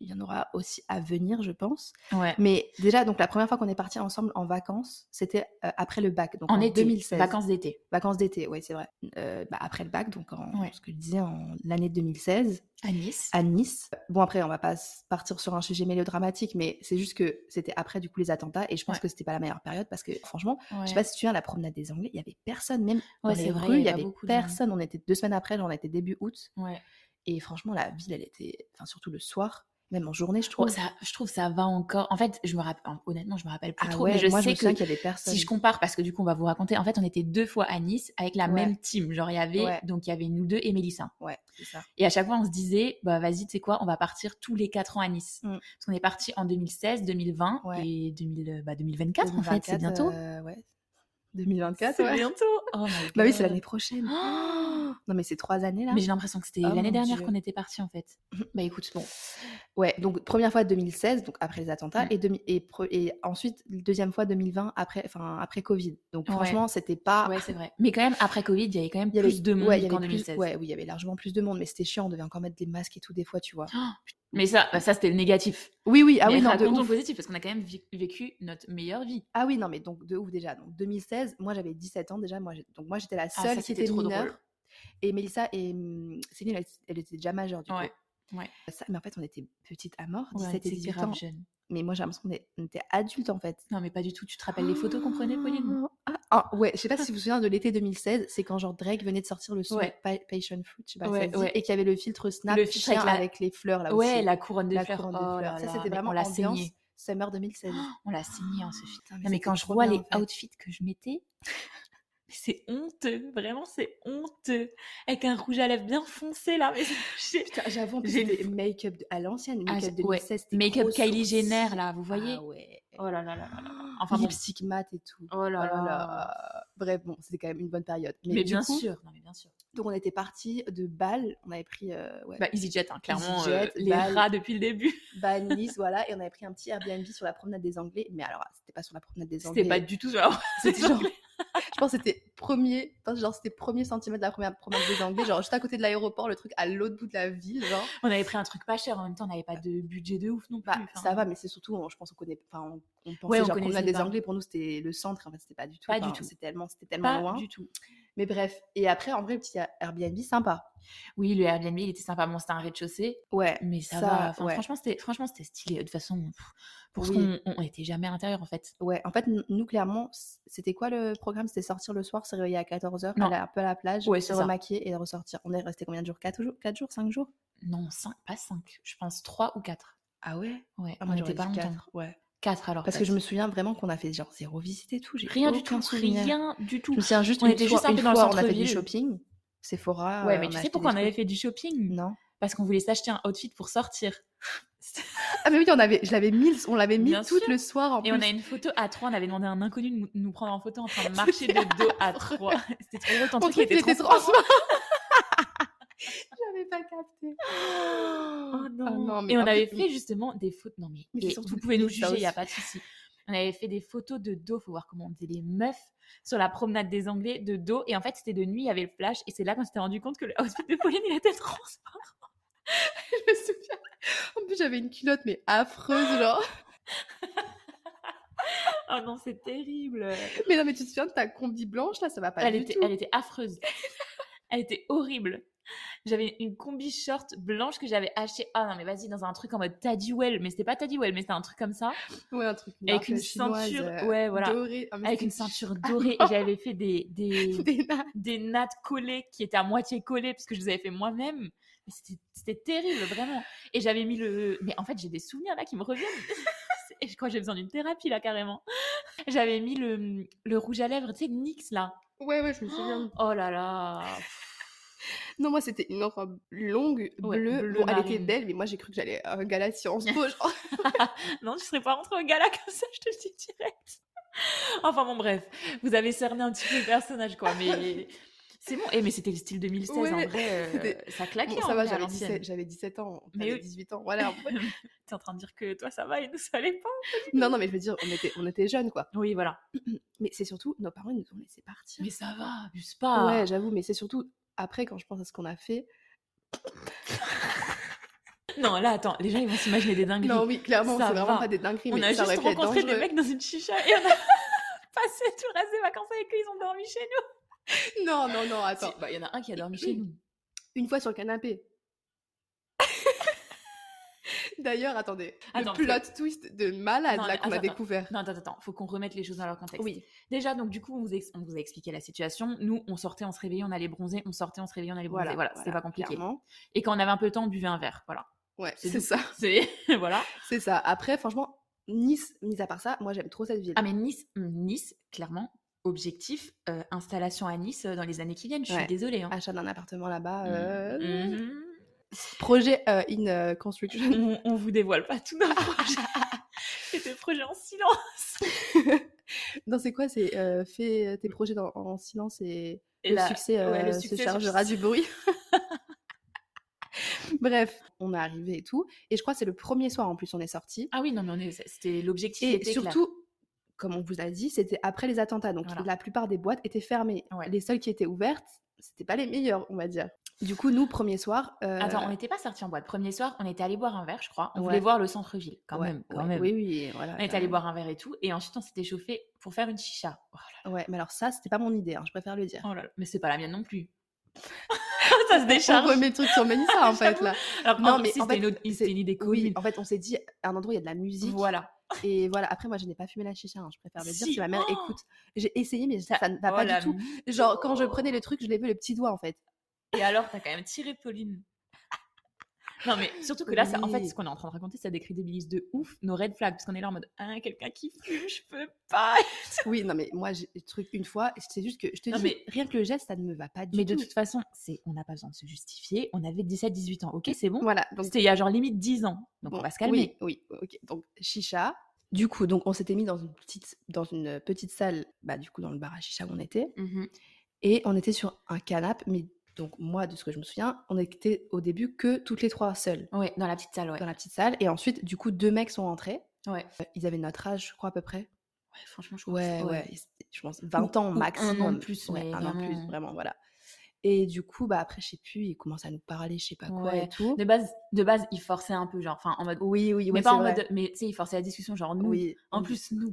S1: il y en aura aussi à venir, je pense.
S2: Ouais.
S1: Mais déjà, donc la première fois qu'on est partis ensemble en vacances, c'était euh, après le bac, donc en,
S2: en été,
S1: 2016.
S2: vacances d'été.
S1: Vacances d'été, oui, c'est vrai. Euh, bah, après le bac, donc en,
S2: Ouais.
S1: ce que je disais, en l'année 2016,
S2: À Nice.
S1: à Nice. Bon, après, on va pas s- partir sur un sujet mélodramatique, mais c'est juste que c'était après, du coup, les attentats, et je pense
S2: Ouais.
S1: que c'était pas la meilleure période, parce que, franchement,
S2: Ouais.
S1: je sais pas si tu viens la promenade des Anglais, il y avait personne, même
S2: Ouais,
S1: dans
S2: c'est
S1: les
S2: vrai,
S1: rues, il y
S2: pas
S1: avait
S2: beaucoup de gens.
S1: personne. On était deux semaines après, genre, on était début août,
S2: Ouais.
S1: et franchement, la ville, elle était, enfin, surtout le soir, même en journée, je
S2: Oh,
S1: trouve.
S2: ça, je trouve ça va encore. En fait, je me rappelle, honnêtement, je me rappelle plus
S1: ah
S2: trop,
S1: ouais,
S2: mais je
S1: moi, je
S2: sais
S1: me
S2: que
S1: souviens qu'il y avait personne.
S2: si je compare, parce que du coup, on va vous raconter. En fait, on était deux fois à Nice avec la
S1: Ouais.
S2: même team. Genre, il y avait
S1: Ouais.
S2: donc il y avait nous deux et Mélissa.
S1: Ouais, c'est ça.
S2: Et à chaque fois, on se disait, bah vas-y, tu sais quoi, on va partir tous les quatre ans à Nice.
S1: Mm.
S2: Parce qu'on est parti en 2016, 2020
S1: Ouais.
S2: et 2000, euh, bah, 2024, en fait, c'est
S1: 2024,
S2: bientôt.
S1: euh, ouais. 2024,
S2: C'est
S1: ouais.
S2: bientôt. Oh my
S1: Bah oui, c'est
S2: God. *gasps*
S1: l'année prochaine.
S2: Oh
S1: Non, mais c'est trois années là.
S2: mais j'ai l'impression que c'était
S1: Oh
S2: l'année
S1: mon
S2: dernière
S1: Dieu.
S2: qu'on était parti en fait. Bah écoute, bon,
S1: Ouais, donc première fois 2016, donc après les attentats,
S2: Mm.
S1: et, demi- et, pre- et ensuite deuxième fois 2020 après, enfin après Covid. Donc
S2: Ouais.
S1: franchement, c'était pas.
S2: ouais, c'est vrai. Mais quand même, après Covid, il y avait quand même
S1: Ah. il y avait
S2: plus de monde
S1: ouais, il y avait
S2: qu'en
S1: plus-
S2: 2016.
S1: ouais, oui, il y avait largement plus de monde, mais c'était chiant. On devait encore mettre des masques et tout des fois, tu vois.
S2: Mais ça, bah, ça c'était le négatif.
S1: Oui, oui, ah
S2: Mais
S1: oui, non, de
S2: racontons le
S1: ouf.
S2: positif parce qu'on a quand même vi- vécu notre meilleure vie.
S1: Ah oui, non, mais donc de ouf déjà. Donc 2016, moi j'avais 17 ans déjà. Moi, j'ai- donc moi j'étais la
S2: Ah, ça,
S1: seule qui
S2: c'était
S1: était
S2: trop
S1: mineure.
S2: drôle.
S1: Et Mélissa et hum, Céline, elle, elle était déjà majeure du
S2: Ouais,
S1: coup.
S2: ouais.
S1: Ça- mais en fait, on était petites à mort,
S2: Ouais,
S1: 17 et
S2: t'es
S1: 18
S2: grave
S1: ans.
S2: jeune.
S1: Mais moi j'ai l'impression qu'on est- on était adultes en fait.
S2: Non, mais pas du tout. Tu te rappelles Bah, les photos qu'on prenait, Pauline
S1: Ah, ah, ouais, je sais pas si vous vous souvenez de l'été 2016, c'est quand genre Drake venait de sortir le son
S2: Ouais.
S1: Pa- Passion Fruit, je sais pas si
S2: Ouais,
S1: ça se dit,
S2: ouais.
S1: et qu'il y avait le filtre Snap
S2: Le filtre
S1: chien
S2: avec
S1: avec,
S2: la-
S1: les fleurs là
S2: Ah Ouais,
S1: Ah aussi.
S2: la couronne de
S1: La
S2: fleurs.
S1: couronne de
S2: Oh
S1: fleurs.
S2: là
S1: ça
S2: là,
S1: c'était
S2: mais
S1: vraiment
S2: on l'a
S1: ambiance
S2: saigné.
S1: Summer 2016.
S2: On l'a saigné en ce film.
S1: Putain,
S2: Non, mais
S1: c'était
S2: quand je
S1: trop
S2: vois
S1: bien,
S2: les
S1: en fait.
S2: outfits que je mettais, *laughs* mais c'est honteux. Vraiment, c'est honteux. Avec un rouge à lèvres bien foncé là. Mais j'ai-
S1: Putain, j'avoue, en plus,
S2: J'ai
S1: c'était make-up de- à l'ancienne,
S2: Ah,
S1: make-up
S2: c'est- ouais.
S1: 2016. c'était
S2: Make-up
S1: gros
S2: Kylie
S1: sourcils.
S2: Jenner là, vous voyez
S1: Ah ouais.
S2: Oh là là là là. là. *gasps* Enfin bon.
S1: Lipstick mat et tout.
S2: Oh
S1: Oh
S2: là
S1: là
S2: là.
S1: là. Bref, bon, c'était quand même une bonne période. Mais,
S2: Mais,
S1: du
S2: bien
S1: coup,
S2: sûr. Non, mais bien sûr.
S1: Donc on était partis de Bâle, on avait pris euh, ouais,
S2: Bah, EasyJet, hein, clairement, euh,
S1: EasyJet,
S2: les
S1: Bâle.
S2: rats depuis le début.
S1: Bâle, Nice, voilà, et on avait pris un petit Airbnb sur la promenade des Anglais. Mais alors, ah, c'était pas sur la promenade des Anglais.
S2: C'était pas du tout genre.
S1: *laughs* C'était genre, je pense que c'était premier, enfin, genre c'était premier centimètre de la première promenade des Anglais, genre juste à côté de l'aéroport, le truc à l'autre bout de la ville, genre.
S2: *laughs* On avait pris un truc pas cher en même temps, on n'avait pas de budget de ouf non plus.
S1: Bah,
S2: enfin,
S1: ça va, mais c'est surtout, on- je pense, on connaît, enfin, on, on pensait
S2: Ouais, on
S1: genre promenade des
S2: connaissait pas.
S1: Anglais, pour nous c'était le centre, en fait, c'était pas du tout.
S2: Pas du
S1: enfin,
S2: tout.
S1: C'était tellement, c'était tellement
S2: Pas
S1: loin.
S2: du tout.
S1: Mais bref, et après, en vrai, le petit Airbnb, sympa.
S2: Oui, le Airbnb, il était sympa. Bon, c'était un rez-de-chaussée,
S1: Ouais,
S2: mais ça,
S1: Ça,
S2: va. Enfin,
S1: ouais.
S2: Franchement, c'était, franchement, c'était stylé. De toute façon, pff, pour ce
S1: Oui.
S2: qu'on on- on était jamais à l'intérieur, en fait.
S1: ouais. En fait, n- nous, clairement, c- c'était quoi le programme C'était sortir le soir, se réveiller à 14h,
S2: Non.
S1: aller un peu à la plage,
S2: Ouais, c'est
S1: se
S2: ça.
S1: remaquiller et ressortir. On est resté combien de jours 4 jours 4 jours 5 jours
S2: Non, 5, pas 5. Je pense 3 ou 4.
S1: Ah ouais
S2: Ouais,
S1: Ah,
S2: on
S1: moi,
S2: n'était
S1: j'aurais
S2: pas
S1: dit
S2: longtemps.
S1: quatre, Ouais.
S2: 4 alors.
S1: Parce que je me souviens vraiment qu'on a fait genre zéro visite et tout. j'ai
S2: Rien du
S1: aucun
S2: tout,
S1: souvenir.
S2: rien du tout.
S1: Je me souviens juste
S2: On
S1: une
S2: était
S1: fois,
S2: juste un
S1: une
S2: peu dans le
S1: fois, on a fait du
S2: centre-ville.
S1: shopping, Sephora.
S2: Ouais,
S1: euh,
S2: mais
S1: on a
S2: tu sais
S1: acheté
S2: pourquoi on
S1: des
S2: avait
S1: trucs. Mm.
S2: fait du shopping
S1: Non.
S2: Parce qu'on voulait s'acheter un outfit pour sortir.
S1: Ah mais oui, on avait, je l'avais mis, on l'avait mis
S2: Bien
S1: tout
S2: sûr.
S1: le soir en
S2: Et
S1: plus.
S2: on a une photo à trois. On avait demandé à un inconnu de nous- nous prendre en photo en
S1: *laughs*
S2: train de marcher de dos à trois. *laughs* C'était trop drôle. Ton
S1: Mon
S2: truc, il était trop
S1: transparent. *laughs* J'avais pas capté. Ah
S2: Oh non.
S1: mais
S2: et on
S1: en plus,
S2: avait
S1: mais-
S2: fait justement des photos. Non mais,
S1: Mais c'est
S2: et
S1: surtout
S2: vous
S1: le
S2: pouvez nous
S1: vide, ça
S2: juger, il n'y a
S1: aussi.
S2: pas de souci. On avait fait des photos de dos, faut voir comment on faisait les meufs sur la promenade des Anglais de dos. Et en fait, c'était de nuit, il y avait le flash. Et c'est là qu'on s'était rendu compte que le *laughs* outfit de Pauline, il était transparent.
S1: *laughs* je me souviens. En plus, j'avais une culotte mais affreuse
S2: *gasps*
S1: genre.
S2: *laughs* Oh non, c'est terrible.
S1: Mais non, mais tu te souviens de ta combi blanche là, ça va pas
S2: Elle
S1: du
S2: était,
S1: tout.
S2: elle était affreuse. elle était horrible. J'avais une combi short blanche que j'avais achetée. Ah non, mais vas-y, dans un truc en mode Taddywill. Mais c'était pas Taddywill, mais c'était un truc comme ça.
S1: Ouais, un truc
S2: Avec
S1: marque
S2: une
S1: chinoise,
S2: ceinture.
S1: euh,
S2: ouais, voilà.
S1: dorée. Ah, mais
S2: Avec
S1: c'était
S2: une ceinture dorée. Et j'avais fait des, des,
S1: *laughs* des nanas.
S2: des nattes collées qui étaient à moitié collées parce que je les avais fait moi-même. Mais c'était- C'était terrible, vraiment. Et j'avais mis le. Mais en fait, j'ai des souvenirs là qui
S1: *laughs*
S2: me reviennent. Et je crois que j'ai besoin d'une thérapie là, carrément. J'avais mis le, le rouge à lèvres, tu sais, NYX là.
S1: Ouais, ouais, je me souviens.
S2: *gasps* Oh là là.
S1: Non, moi, c'était une robe longue,
S2: Ouais,
S1: bleue.
S2: bleu
S1: Bon, elle était
S2: marine.
S1: belle, mais moi, j'ai cru que j'allais à un gala de Sciences Po.
S2: *laughs*
S1: genre.
S2: Non, tu serais pas rentrée au gala *laughs* comme ça, je te le dis direct. Enfin bon, bref. Vous avez cerné un petit peu le personnage, quoi. Mais
S1: *laughs*
S2: c'est bon. Eh, mais c'était le style 2016, en
S1: Ouais,
S2: vrai.
S1: *laughs*
S2: euh,
S1: c'était-
S2: ça claquait.
S1: Bon, ça
S2: en
S1: va,
S2: vrai, à
S1: j'avais
S2: l'ancienne.
S1: 17, j'avais 17 ans,
S2: Mais
S1: t'avais
S2: *laughs* oui.
S1: 18 ans, voilà.
S2: T'es en train de dire que toi, ça va et nous, ça allait pas.
S1: non, non, mais je veux dire, on était, on était jeunes, quoi.
S2: Oui, voilà.
S1: Mais c'est surtout, nos parents, ils nous ont laissé partir.
S2: Mais ça va, abuse pas.
S1: Ouais, j'avoue, mais c'est surtout, après, quand je pense à ce qu'on a fait...
S2: non, là, attends, les gens, ils vont s'imaginer des dingueries.
S1: Non, oui, clairement,
S2: Ça
S1: c'est
S2: va.
S1: vraiment pas des dingueries,
S2: on
S1: mais
S2: a
S1: ça aurait
S2: juste
S1: pu être
S2: rencontré des
S1: dangereux.
S2: mecs dans une chicha et on a *laughs* passé tout le reste des vacances avec eux, ils ont dormi chez nous.
S1: Non, non, non, attends.
S2: Si, bah, Il y en a un qui a dormi chez nous.
S1: Une fois sur le
S2: *laughs*
S1: canapé. D'ailleurs, attendez,
S2: Attends,
S1: le plot
S2: parce
S1: twist de malade,
S2: Non,
S1: là,
S2: mais
S1: qu'on a
S2: attends, attends.
S1: découvert.
S2: Non, attends, attends, faut qu'on remette les choses dans leur contexte.
S1: Oui,
S2: Déjà, donc du coup, on vous, ex- on vous a expliqué la situation. Nous, on sortait, on se réveillait, on allait bronzer, on sortait, on se réveillait, on allait bronzer.
S1: voilà,
S2: Voilà, c'est pas compliqué.
S1: clairement.
S2: Et quand on avait un peu le temps, on buvait un verre. Voilà. *laughs*
S1: Ouais,
S2: C'est
S1: c'est
S2: tout.
S1: ça.
S2: C'est *laughs* voilà.
S1: C'est ça. Après, franchement, Nice, mis à part ça, moi j'aime trop cette ville.
S2: Ah mais Nice, hum, Nice, clairement, objectif, euh, installation à Nice euh, dans les années qui viennent. Je suis
S1: Ouais. Ah,
S2: désolée. hein.
S1: Achat d'un appartement là-bas.
S2: Mhm.
S1: euh,
S2: Mhm.
S1: Projet euh, in euh, construction.
S2: On, on vous dévoile pas tout *laughs*
S1: *laughs*
S2: notre projet. C'est des projets en silence.
S1: non, c'est quoi C'est euh, fais tes projets dans- en silence et,
S2: Et
S1: le,
S2: là,
S1: succès,
S2: ouais, le
S1: euh,
S2: succès
S1: se
S2: se-
S1: chargera du bruit. *laughs* Bref, on est arrivé et tout. Et je crois que c'est le premier soir en plus, on est sorti.
S2: Ah oui, non mais on est- c'était l'objectif.
S1: Et
S2: était clair.
S1: surtout, comme on vous a dit, c'était après les attentats. Donc
S2: Voilà.
S1: la plupart des boîtes étaient fermées.
S2: Ouais.
S1: Les seules qui étaient ouvertes, c'était pas les meilleures, on va dire. Du coup, nous, premier soir. euh,
S2: Attends, on n'était pas sortis en boîte. Premier soir, on était allé boire un verre, je crois. On
S1: Ouais.
S2: voulait voir le centre-ville, quand
S1: ouais,
S2: même, quand
S1: ouais,
S2: même.
S1: Oui, oui, voilà.
S2: On est
S1: quand
S2: allé
S1: même.
S2: boire un verre et tout, et ensuite on s'était chauffé pour faire une chicha. Oh là
S1: Ouais, mais alors ça, c'était pas mon idée, hein, je préfère le dire.
S2: là, oh là là, mais c'est pas la mienne non plus. *laughs* ça se décharge.
S1: On remet le truc sur
S2: *laughs*
S1: Mélissa, en fait, là.
S2: Alors,
S1: Non,
S2: non,
S1: mais
S2: mais si
S1: en
S2: c'était
S1: fait,
S2: une, autre-
S1: c'est-
S2: c'était une idée
S1: Oui,
S2: commune.
S1: en fait, on s'est dit, à un endroit, il y a de la musique.
S2: voilà.
S1: Et voilà, après, moi, je n'ai pas fumé la chicha, hein, je préfère le dire,
S2: Si,
S1: si ma mère
S2: oh
S1: écoute. J'ai essayé, mais ça,
S2: Ça-
S1: ça ne va
S2: Oh
S1: pas
S2: la Oh.
S1: du tout.
S2: mytho.
S1: Genre, quand je prenais le truc, je l'ai vu le petit doigt, en fait.
S2: Et alors, t'as quand même tiré
S1: *laughs*
S2: Pauline. Non, mais surtout que là, ça- en fait,
S1: Oui.
S2: ce qu'on est en train de raconter, ça décrédibilise de ouf nos red flags. Parce qu'on est là en mode, ah, quelqu'un qui fume, je peux pas.
S1: Oui, non, mais moi, j'ai le truc une fois, et c'est juste que je te
S2: Non,
S1: dis,
S2: mais-
S1: rien que le geste, ça ne me va pas du
S2: Mais
S1: tout.
S2: de toute façon, c'est, on n'a pas besoin de se justifier. On avait 17-18 ans, ok, c'est bon.
S1: Voilà, donc.
S2: C'était il y a genre limite 10 ans. Donc
S1: bon,
S2: on va se calmer.
S1: Oui, oui, ok. Donc, chicha. Du coup, donc, on s'était mis dans une petite, dans une petite salle, bah, du coup, dans le bar à chicha où on était. Et on était sur un canapé, mais donc moi, de ce que je me souviens, on était au début que toutes les trois seules
S2: Ouais, dans la petite salle, ouais.
S1: dans la petite salle. Et ensuite, du coup, deux mecs sont rentrés.
S2: Ouais.
S1: Euh, Ils avaient notre âge, je crois, à peu près.
S2: Ouais, franchement, je
S1: Ouais, ouais. ils- Je pense 20
S2: ou
S1: ans
S2: un
S1: max.
S2: an de plus,
S1: Ouais,
S2: mais
S1: un an de plus,
S2: vraiment.
S1: vraiment, voilà. Et du coup, bah après, je sais plus, ils commencent à nous parler, je sais pas quoi
S2: Ouais.
S1: et tout.
S2: De base, de base, il forçait un peu, genre, enfin, en mode. oh,
S1: Oui, oui,
S2: mais
S1: ouais,
S2: pas
S1: c'est
S2: en
S1: vrai.
S2: mode. Mais tu sais, il forçait la discussion, genre, nous.
S1: Oui.
S2: En
S1: oui.
S2: plus, nous.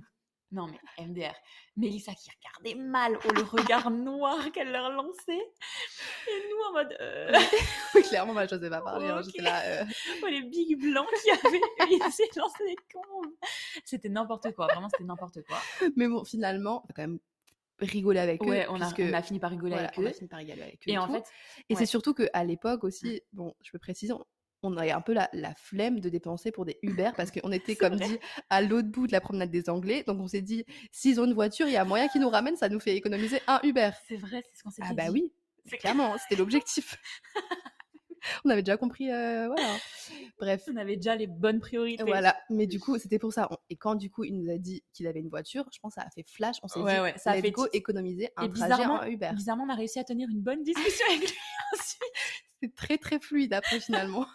S2: Non, mais MDR. Mélissa qui regardait mal, oh, le regard *laughs* noir qu'elle leur lançait. Et nous, en mode.
S1: *laughs*
S2: euh,
S1: *laughs* Oui, clairement, moi, je n'osais pas parler. hein,
S2: Ok.
S1: J'étais là. euh,
S2: oh, les bigs blancs qui avaient *laughs* ils essayaient de lancer des combes. C'était n'importe quoi, vraiment, c'était n'importe quoi.
S1: Mais bon, finalement, on a quand même rigolé avec eux.
S2: Ouais, on a,
S1: puisque-
S2: on a fini par rigoler
S1: voilà,
S2: avec
S1: on
S2: eux.
S1: a fini par rigoler avec eux.
S2: Et en
S1: tout.
S2: fait,
S1: Et
S2: ouais. Mmh.
S1: c'est surtout qu'à l'époque aussi, bon, je peux préciser, on- on avait un peu la, la flemme de dépenser pour des Uber parce qu'on était,
S2: *laughs* C'est
S1: comme
S2: vrai.
S1: dit, à l'autre bout de la promenade des Anglais. Donc on s'est dit, s'ils ont une voiture, il y a moyen qu'ils nous ramènent, ça nous fait économiser un Uber.
S2: c'est vrai, c'est ce qu'on s'est
S1: Ah
S2: dit.
S1: bah oui,
S2: C'est-
S1: clairement, c'était
S2: *laughs*
S1: l'objectif. *laughs* on avait déjà compris, euh, voilà. Bref,
S2: On avait déjà les bonnes priorités.
S1: voilà. Mais du coup, c'était pour ça. On- Et quand du coup, il nous a dit qu'il avait une voiture, je pense que ça a fait flash. On s'est
S2: Ouais,
S1: dit,
S2: ouais, ça a
S1: let's
S2: fait
S1: go
S2: tilt.
S1: économiser un
S2: Et
S1: trajet
S2: bizarrement-
S1: en
S2: *laughs*
S1: Uber.
S2: Bizarrement, on a réussi à tenir une bonne
S1: *laughs*
S2: discussion avec lui ensuite.
S1: C'est très très fluide après finalement.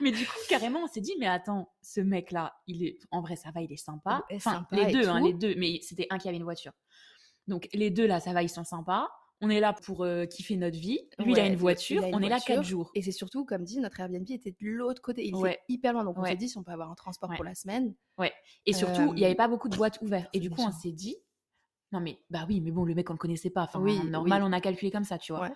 S2: Mais du coup, carrément, on s'est dit, mais attends, ce mec-là, il est, en vrai, ça va, il est sympa.
S1: Ouais,
S2: Enfin,
S1: sympa
S2: les
S1: et
S2: deux, hein,
S1: tout.
S2: les deux, mais c'était un qui avait une voiture. Donc, les deux, là, ça va, ils sont sympas. On est là pour euh, kiffer notre vie. Lui, il a
S1: Ouais,
S2: une
S1: lui,
S2: voiture.
S1: il a une
S2: on est là
S1: voiture.
S2: quatre jours.
S1: Et c'est surtout, comme dit, notre Airbnb était de l'autre côté. Il
S2: Ouais.
S1: était hyper loin. Donc on
S2: Ouais.
S1: s'est dit, si on peut avoir un transport
S2: Ouais.
S1: pour la
S2: *laughs*
S1: semaine.
S2: Et surtout, il n'y
S1: Euh,
S2: avait pas beaucoup de boîtes ouvertes. Et du coup, on
S1: méchant.
S2: s'est dit, non mais, bah oui, mais bon, le mec, on le connaissait pas. Enfin,
S1: Oui,
S2: normal,
S1: oui.
S2: on a calculé comme ça, tu vois.
S1: Ouais.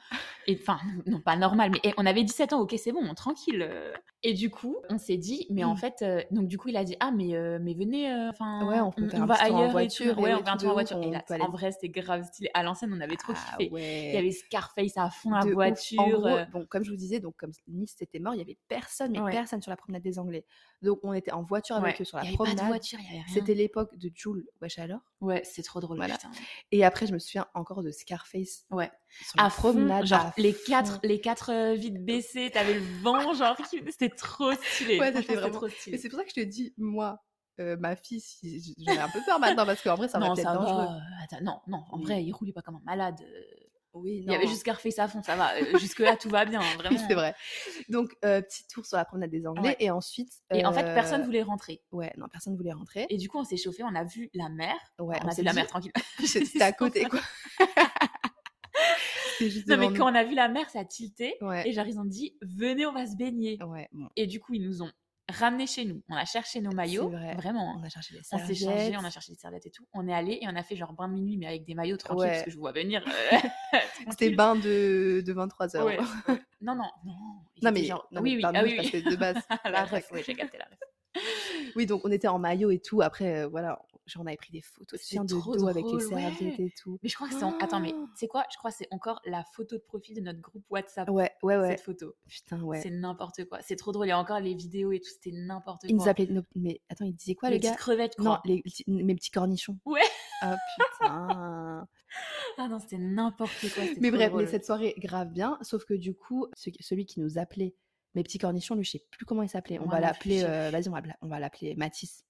S2: Et Enfin, *laughs* non, pas normal, mais eh, on avait 17 ans, ok, c'est bon, tranquille. euh. Et du coup, on s'est dit, mais en
S1: Mm.
S2: fait, euh, donc du coup, il a dit, ah, mais, euh, mais venez, euh, enfin,
S1: Ouais, on peut faire un
S2: va
S1: petit tour en
S2: ailleurs et
S1: voiture,
S2: tout.
S1: et
S2: Ouais,
S1: ouais,
S2: on fait un
S1: tout de
S2: tour en
S1: ouf,
S2: voiture. Et
S1: on
S2: là,
S1: peut aller-
S2: en vrai, c'était grave stylé. À l'ancienne, on avait trop
S1: Ah
S2: kiffé.
S1: ouais.
S2: Il y avait Scarface à fond, la
S1: De ouf.
S2: voiture.
S1: En gros,
S2: euh,
S1: bon, comme je vous disais, donc comme Nice c'était mort, il y avait personne, mais
S2: Ouais.
S1: personne sur la promenade des Anglais. Donc on était en voiture avec
S2: ouais.
S1: eux sur la
S2: Il y avait pas de
S1: promenade.
S2: voiture, il y avait rien.
S1: C'était l'époque de Jules Wesh alors.
S2: Ouais, c'est trop drôle, *laughs*
S1: Voilà.
S2: putain.
S1: Et après, je me souviens encore de Scarface.
S2: Ouais.
S1: Sur la
S2: à fond,
S1: promenade.
S2: genre
S1: à
S2: les
S1: fond.
S2: quatre, les quatre euh, vides baissées, t'avais le vent, genre qui- c'était trop stylé.
S1: Ouais,
S2: Franchement,
S1: c'était vraiment-
S2: trop
S1: Mais
S2: stylé.
S1: c'est pour ça que je te dis, moi, euh, ma fille, si- j- j'avais un peu peur maintenant parce qu'en vrai, ça va
S2: non,
S1: peut-être
S2: ça va.
S1: dangereux.
S2: Attends, non, non, en
S1: Oui.
S2: vrai, il roulait pas comme un malade. euh,
S1: Oui,
S2: Il y avait
S1: non.
S2: juste Scarface à fond, ça *laughs* va. euh, Jusque-là, tout va *laughs*
S1: *laughs*
S2: bien,
S1: Oui,
S2: vraiment.
S1: c'est vrai. Donc, euh, petit tour sur la promenade des Anglais.
S2: Ouais.
S1: Et ensuite.
S2: Et en fait, personne
S1: euh,
S2: voulait rentrer.
S1: Ouais, non, personne voulait rentrer.
S2: Et du coup, on s'est chauffé, on a vu la mer.
S1: Ouais,
S2: on, a
S1: s'est
S2: vu la
S1: dit,
S2: mer *laughs* tranquille.
S1: c'est- *laughs* C'était à
S2: *laughs*
S1: côté, quoi. C'était juste
S2: Non, mais
S1: devant
S2: quand on a vu la mer, ça a tilté.
S1: nous. Ouais.
S2: Et genre, ils ont dit, venez, on va se baigner.
S1: ouais, bon,
S2: Et du coup, ils nous ont ramenés chez nous. On a cherché nos maillots.
S1: vrai.
S2: Vraiment. hein.
S1: on a cherché les
S2: On s'est changé, on a
S1: serviettes.
S2: cherché des serviettes et tout. On est allé et on a fait genre bain de minuit, mais avec des maillots tranquilles,
S1: Ouais.
S2: parce que je vous
S1: *laughs*
S2: vois venir. *laughs* euh,
S1: C'était
S2: tranquille.
S1: bain de, de 23h. *laughs*
S2: Ouais. Non, non, non. il
S1: Non,
S2: était
S1: mais,
S2: genre-
S1: non, mais
S2: oui, oui,
S1: bain de
S2: *laughs* ah
S1: douche,
S2: oui,
S1: parce
S2: oui.
S1: que de base.
S2: la
S1: voilà,
S2: ref, oui, j'ai capté la ref.
S1: Oui, donc on était en maillot et tout. Après, euh, voilà, j'en avais pris des photos.
S2: C'était
S1: Tiens, de
S2: trop
S1: dos avec les
S2: drôle, ouais.
S1: serviettes et tout.
S2: Mais je crois que c'est. en- Attends, mais
S1: Ah.
S2: tu sais quoi Je crois que c'est encore la photo de profil de notre groupe WhatsApp.
S1: Ouais, ouais, ouais.
S2: Cette photo.
S1: Putain, ouais.
S2: C'est n'importe quoi. C'est trop drôle. Et encore les vidéos et tout, c'était n'importe quoi.
S1: Il nous appelait. nos- Mais attends, il disait quoi,
S2: les
S1: le gars
S2: petites crevettes, je
S1: Non,
S2: crois.
S1: les, petits- mes petits cornichons.
S2: Ouais.
S1: Ah
S2: *laughs*
S1: putain.
S2: *laughs* Ah non, c'était n'importe quoi. c'était
S1: mais
S2: trop
S1: bref, mais
S2: drôle.
S1: cette soirée grave bien, sauf que du coup, ce- celui qui nous appelait mes petits cornichons, lui, je sais plus comment il s'appelait. On
S2: Moi
S1: va
S2: non plus, je
S1: l'appeler.
S2: sais
S1: euh, Vas-y, on va, l'appeler- on va l'appeler Mathis.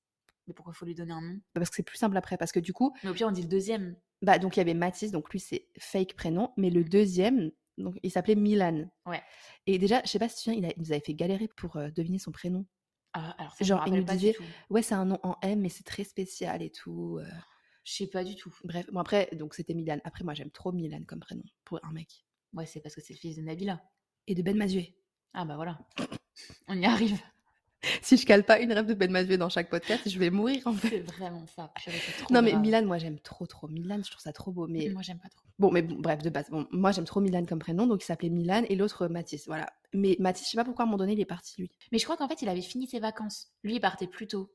S2: Mais pourquoi faut lui donner un nom
S1: Parce que c'est plus simple après. Parce que du coup,
S2: Mais au pire, on dit le deuxième.
S1: bah donc il y avait Mathis, donc lui c'est fake prénom, mais le deuxième, donc il s'appelait Milan.
S2: Mhm. Ouais.
S1: Et déjà, je sais pas si tu te souviens, il, a- il nous avait fait galérer pour euh, deviner son prénom.
S2: Ah, alors, ça, je me
S1: Genre, il
S2: rappelle
S1: nous
S2: pas du
S1: disait-
S2: tout.
S1: Ouais, c'est un nom en M, mais c'est très spécial et tout. euh,
S2: Je sais pas du tout.
S1: bref, bon après, donc c'était Milan. Après, moi j'aime trop Milan comme prénom pour un mec.
S2: Ouais, c'est parce que c'est le fils de Nabila.
S1: Et de Ben Mazué.
S2: Ah bah voilà. On y arrive.
S1: Si je cale pas une rêve de Ben Mazué dans chaque podcast, je vais mourir *laughs* en fait.
S2: C'est vraiment ça. Purée, c'est trop
S1: Non mais
S2: grave.
S1: Milan, moi j'aime trop trop Milan, je trouve ça trop beau. Mais
S2: Moi, j'aime pas trop.
S1: Bon, mais bon, bref, de base, bon, moi j'aime trop Milan comme prénom, donc il s'appelait Milan et l'autre euh, Mathis, voilà. Mais Mathis, je sais pas pourquoi à un moment donné il est parti lui.
S2: Mais je crois qu'en fait, il avait fini ses vacances. Lui, il partait plus tôt.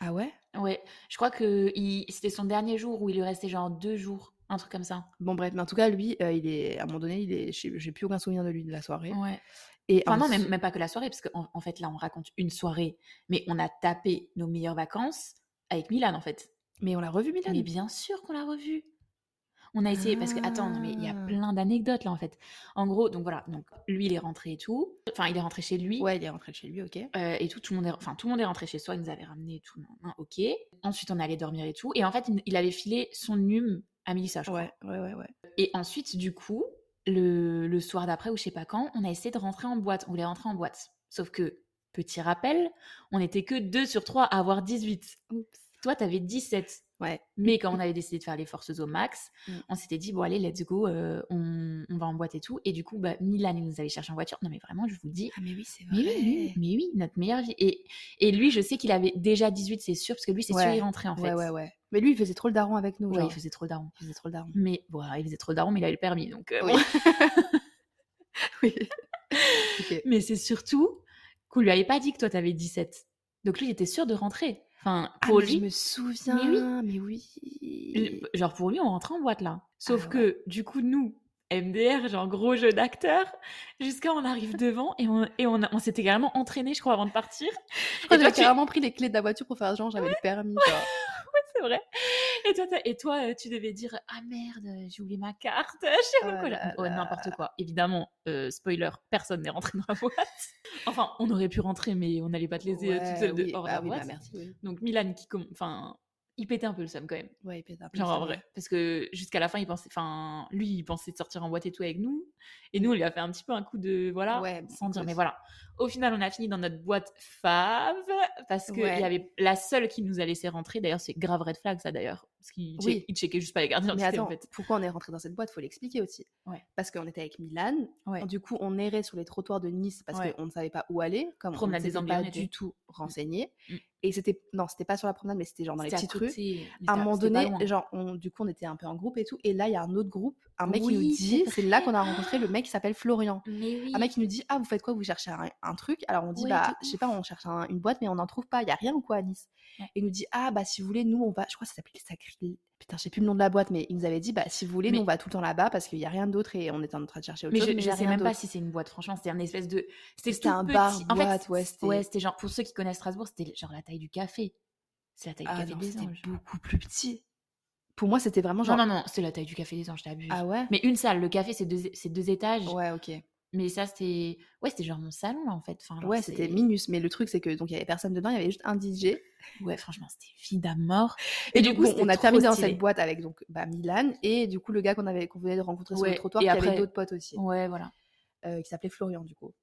S1: Ah ouais
S2: Ouais. Je crois que il- c'était son dernier jour où il lui restait genre deux jours. Un truc comme ça.
S1: Bon bref, mais en tout cas lui, euh, il est à un moment donné, il est, j'ai j'ai plus aucun souvenir de lui de la soirée.
S2: Ouais.
S1: Et
S2: Enfin, non, mais
S1: ensuite-
S2: même pas que la soirée, parce qu'en en fait, là, on raconte une soirée, mais on a tapé nos meilleures vacances avec Milan, en fait.
S1: mais on l'a revu Milan.
S2: Mais bien sûr qu'on l'a revu. On a essayé parce que attends, non, mais il y a
S1: Ah.
S2: plein d'anecdotes là en fait. En gros, donc voilà, donc lui il est rentré et tout. Enfin, il est rentré chez lui
S1: Ouais, il est rentré de chez lui, ok.
S2: euh, et tout. Tout le monde, est, enfin tout le monde est rentré chez soi. Il nous avait ramené et tout. nan, nan, ok. Ensuite, on allait dormir et tout. Et en fait, il- il avait filé son hume à Mélissa, je crois.
S1: Ouais, ouais, ouais, ouais.
S2: Et ensuite, du coup, le, le soir d'après ou je sais pas quand, on a essayé de rentrer en boîte. On voulait rentrer en boîte. Sauf que petit rappel, on n'était que deux sur trois à avoir 18.
S1: Oups.
S2: Toi, t'avais 17.
S1: Ouais.
S2: Mais quand on avait décidé de faire les forces au max,
S1: Mm.
S2: on s'était dit, bon, allez, let's go, euh, on, on va en boîte et tout. Et du coup, bah, Milan, il nous avait cherché en voiture. Non, mais vraiment, je vous dis,
S1: Ah, mais oui, c'est
S2: mais oui, oui, mais oui, notre meilleure vie. Et, et lui, je sais qu'il avait déjà 18, c'est sûr, parce que lui, c'est sûr,
S1: Ouais.
S2: il rentrait en fait.
S1: Ouais, ouais, ouais. Mais lui, il faisait trop le daron avec nous.
S2: Ouais,
S1: genre.
S2: il faisait trop daron.
S1: il faisait trop le daron.
S2: Mais bon, il faisait trop daron, mais il avait le permis. Donc, euh,
S1: Oui.
S2: bon. *laughs*
S1: oui. *laughs* Ok.
S2: Mais c'est surtout qu'on lui avait pas dit que toi, t'avais 17. Donc lui, il était sûr de rentrer. Enfin,
S1: Ah,
S2: pour
S1: mais
S2: lui,
S1: je me souviens. Mais oui.
S2: l- genre pour lui, on rentrait en boîte là. Sauf
S1: Ah
S2: que du coup, nous, MDR, genre gros jeu d'acteur, jusqu'à on arrive devant et on, et on, a- on s'était également entraîné, je crois, avant de partir.
S1: Je crois que
S2: Et toi,
S1: j'avais
S2: tu-
S1: carrément pris les clés de la voiture pour faire genre j'avais le permis. *laughs* genre.
S2: c'est vrai. Et toi, t'as- et toi, euh, tu devais dire ah merde, euh, j'ai oublié ma carte, *laughs* je sais pas
S1: Oh
S2: quoi.
S1: là
S2: Oh,
S1: là.
S2: n'importe quoi. Évidemment, euh, spoiler, personne n'est rentré dans la boîte. *laughs* Enfin, on aurait pu rentrer, mais on n'allait pas te laisser euh,
S1: Ouais,
S2: toute seule de-
S1: oui,
S2: hors de
S1: bah
S2: la
S1: oui, bah
S2: boîte.
S1: merci. Oui.
S2: Donc Milan qui, com- enfin, il pétait un peu le somme quand même.
S1: Ouais, il pète un peu,
S2: Genre en
S1: c'est
S2: vrai, parce que jusqu'à la fin, il pensait, enfin, lui, il pensait de sortir en boîte et tout avec nous, et nous, on lui a fait un petit peu un coup de voilà,
S1: Ouais, bon,
S2: sans dire,
S1: écoute.
S2: mais voilà. Au final, on a fini dans notre boîte fave parce que
S1: Ouais.
S2: il y avait la seule qui nous a laissé rentrer. D'ailleurs, c'est grave red flag ça d'ailleurs, parce qu'il
S1: Oui.
S2: check- il checkait juste pas les gardiens
S1: Mais attends,
S2: en fait.
S1: pourquoi on est rentré dans cette boîte Faut l'expliquer aussi.
S2: Ouais.
S1: Parce qu'on était avec Milan.
S2: Ouais.
S1: Du coup, on errait sur les trottoirs de Nice parce
S2: Ouais.
S1: qu'on ne savait pas où aller, comme
S2: Promenade
S1: on
S2: des
S1: ne s'était
S2: Anglais, on
S1: pas
S2: était.
S1: du tout renseigné.
S2: Mm.
S1: Et c'était non, c'était pas sur la promenade, mais c'était genre dans les
S2: C'était à
S1: petites rues.
S2: côté, mais
S1: À un
S2: c'était-
S1: moment
S2: c'était pas
S1: donné,
S2: loin.
S1: genre, on- du coup, on était un peu en groupe et tout. Et là, il y a un autre groupe, un mec qui
S2: Oui,
S1: nous dit,
S2: c'est
S1: c'est là
S2: *laughs*
S1: qu'on a rencontré le mec qui s'appelle Florian.
S2: mais oui.
S1: Un mec qui nous dit, ah, vous faites quoi Vous cherchez un, un truc Alors on dit,
S2: Ouais,
S1: bah,
S2: de
S1: je sais pas, on cherche un- une boîte, mais on n'en trouve pas, il y a rien ou quoi à Nice
S2: Ouais.
S1: Et il nous dit, ah, bah, si vous voulez, nous, on va, je crois que ça s'appelait les Sacré- Putain, je sais plus le nom de la boîte, mais il nous avait dit, bah, si vous voulez,
S2: Mais-
S1: nous, on va tout le temps là-bas parce qu'il y a rien d'autre et on est en train de chercher autre
S2: Mais
S1: chose.
S2: je,
S1: mais il
S2: je
S1: y a
S2: sais
S1: rien
S2: même pas
S1: d'autre.
S2: si c'est une boîte, franchement, c'était un espèce de. C'était
S1: C'était
S2: tout
S1: un
S2: petit.
S1: bar
S2: En
S1: boîte,
S2: fait,
S1: ouais,
S2: c'était...
S1: c'était-
S2: ouais, c'était genre, pour ceux qui connaissent Strasbourg, c'était genre la taille du café. C'est la taille du
S1: Ah
S2: café
S1: non,
S2: des
S1: c'était
S2: anges.
S1: beaucoup plus petit. Pour moi, c'était vraiment
S2: Non,
S1: genre.
S2: non, non, c'est la taille du café des anges, t'abuses.
S1: Ah ouais
S2: Mais une salle, le café, c'est deux, c'est deux étages.
S1: Ouais, ok.
S2: Mais ça, c'était. Ouais, c'était genre mon salon, là, en fait. Enfin, genre,
S1: Ouais,
S2: c'est-
S1: c'était minus, mais le truc, c'est que donc il y avait personne dedans, il y avait juste un DJ.
S2: Ouais, franchement, c'était vide à mort.
S1: Et, du coup,
S2: c'était
S1: on a
S2: trop
S1: terminé dans
S2: stylé.
S1: cette boîte avec donc bah, Milan et du coup le gars qu'on avait qu'on venait de rencontrer sur
S2: Ouais,
S1: le trottoir
S2: et
S1: qui
S2: après-
S1: avait d'autres potes aussi,
S2: Ouais, voilà.
S1: euh, qui s'appelait Florian du coup.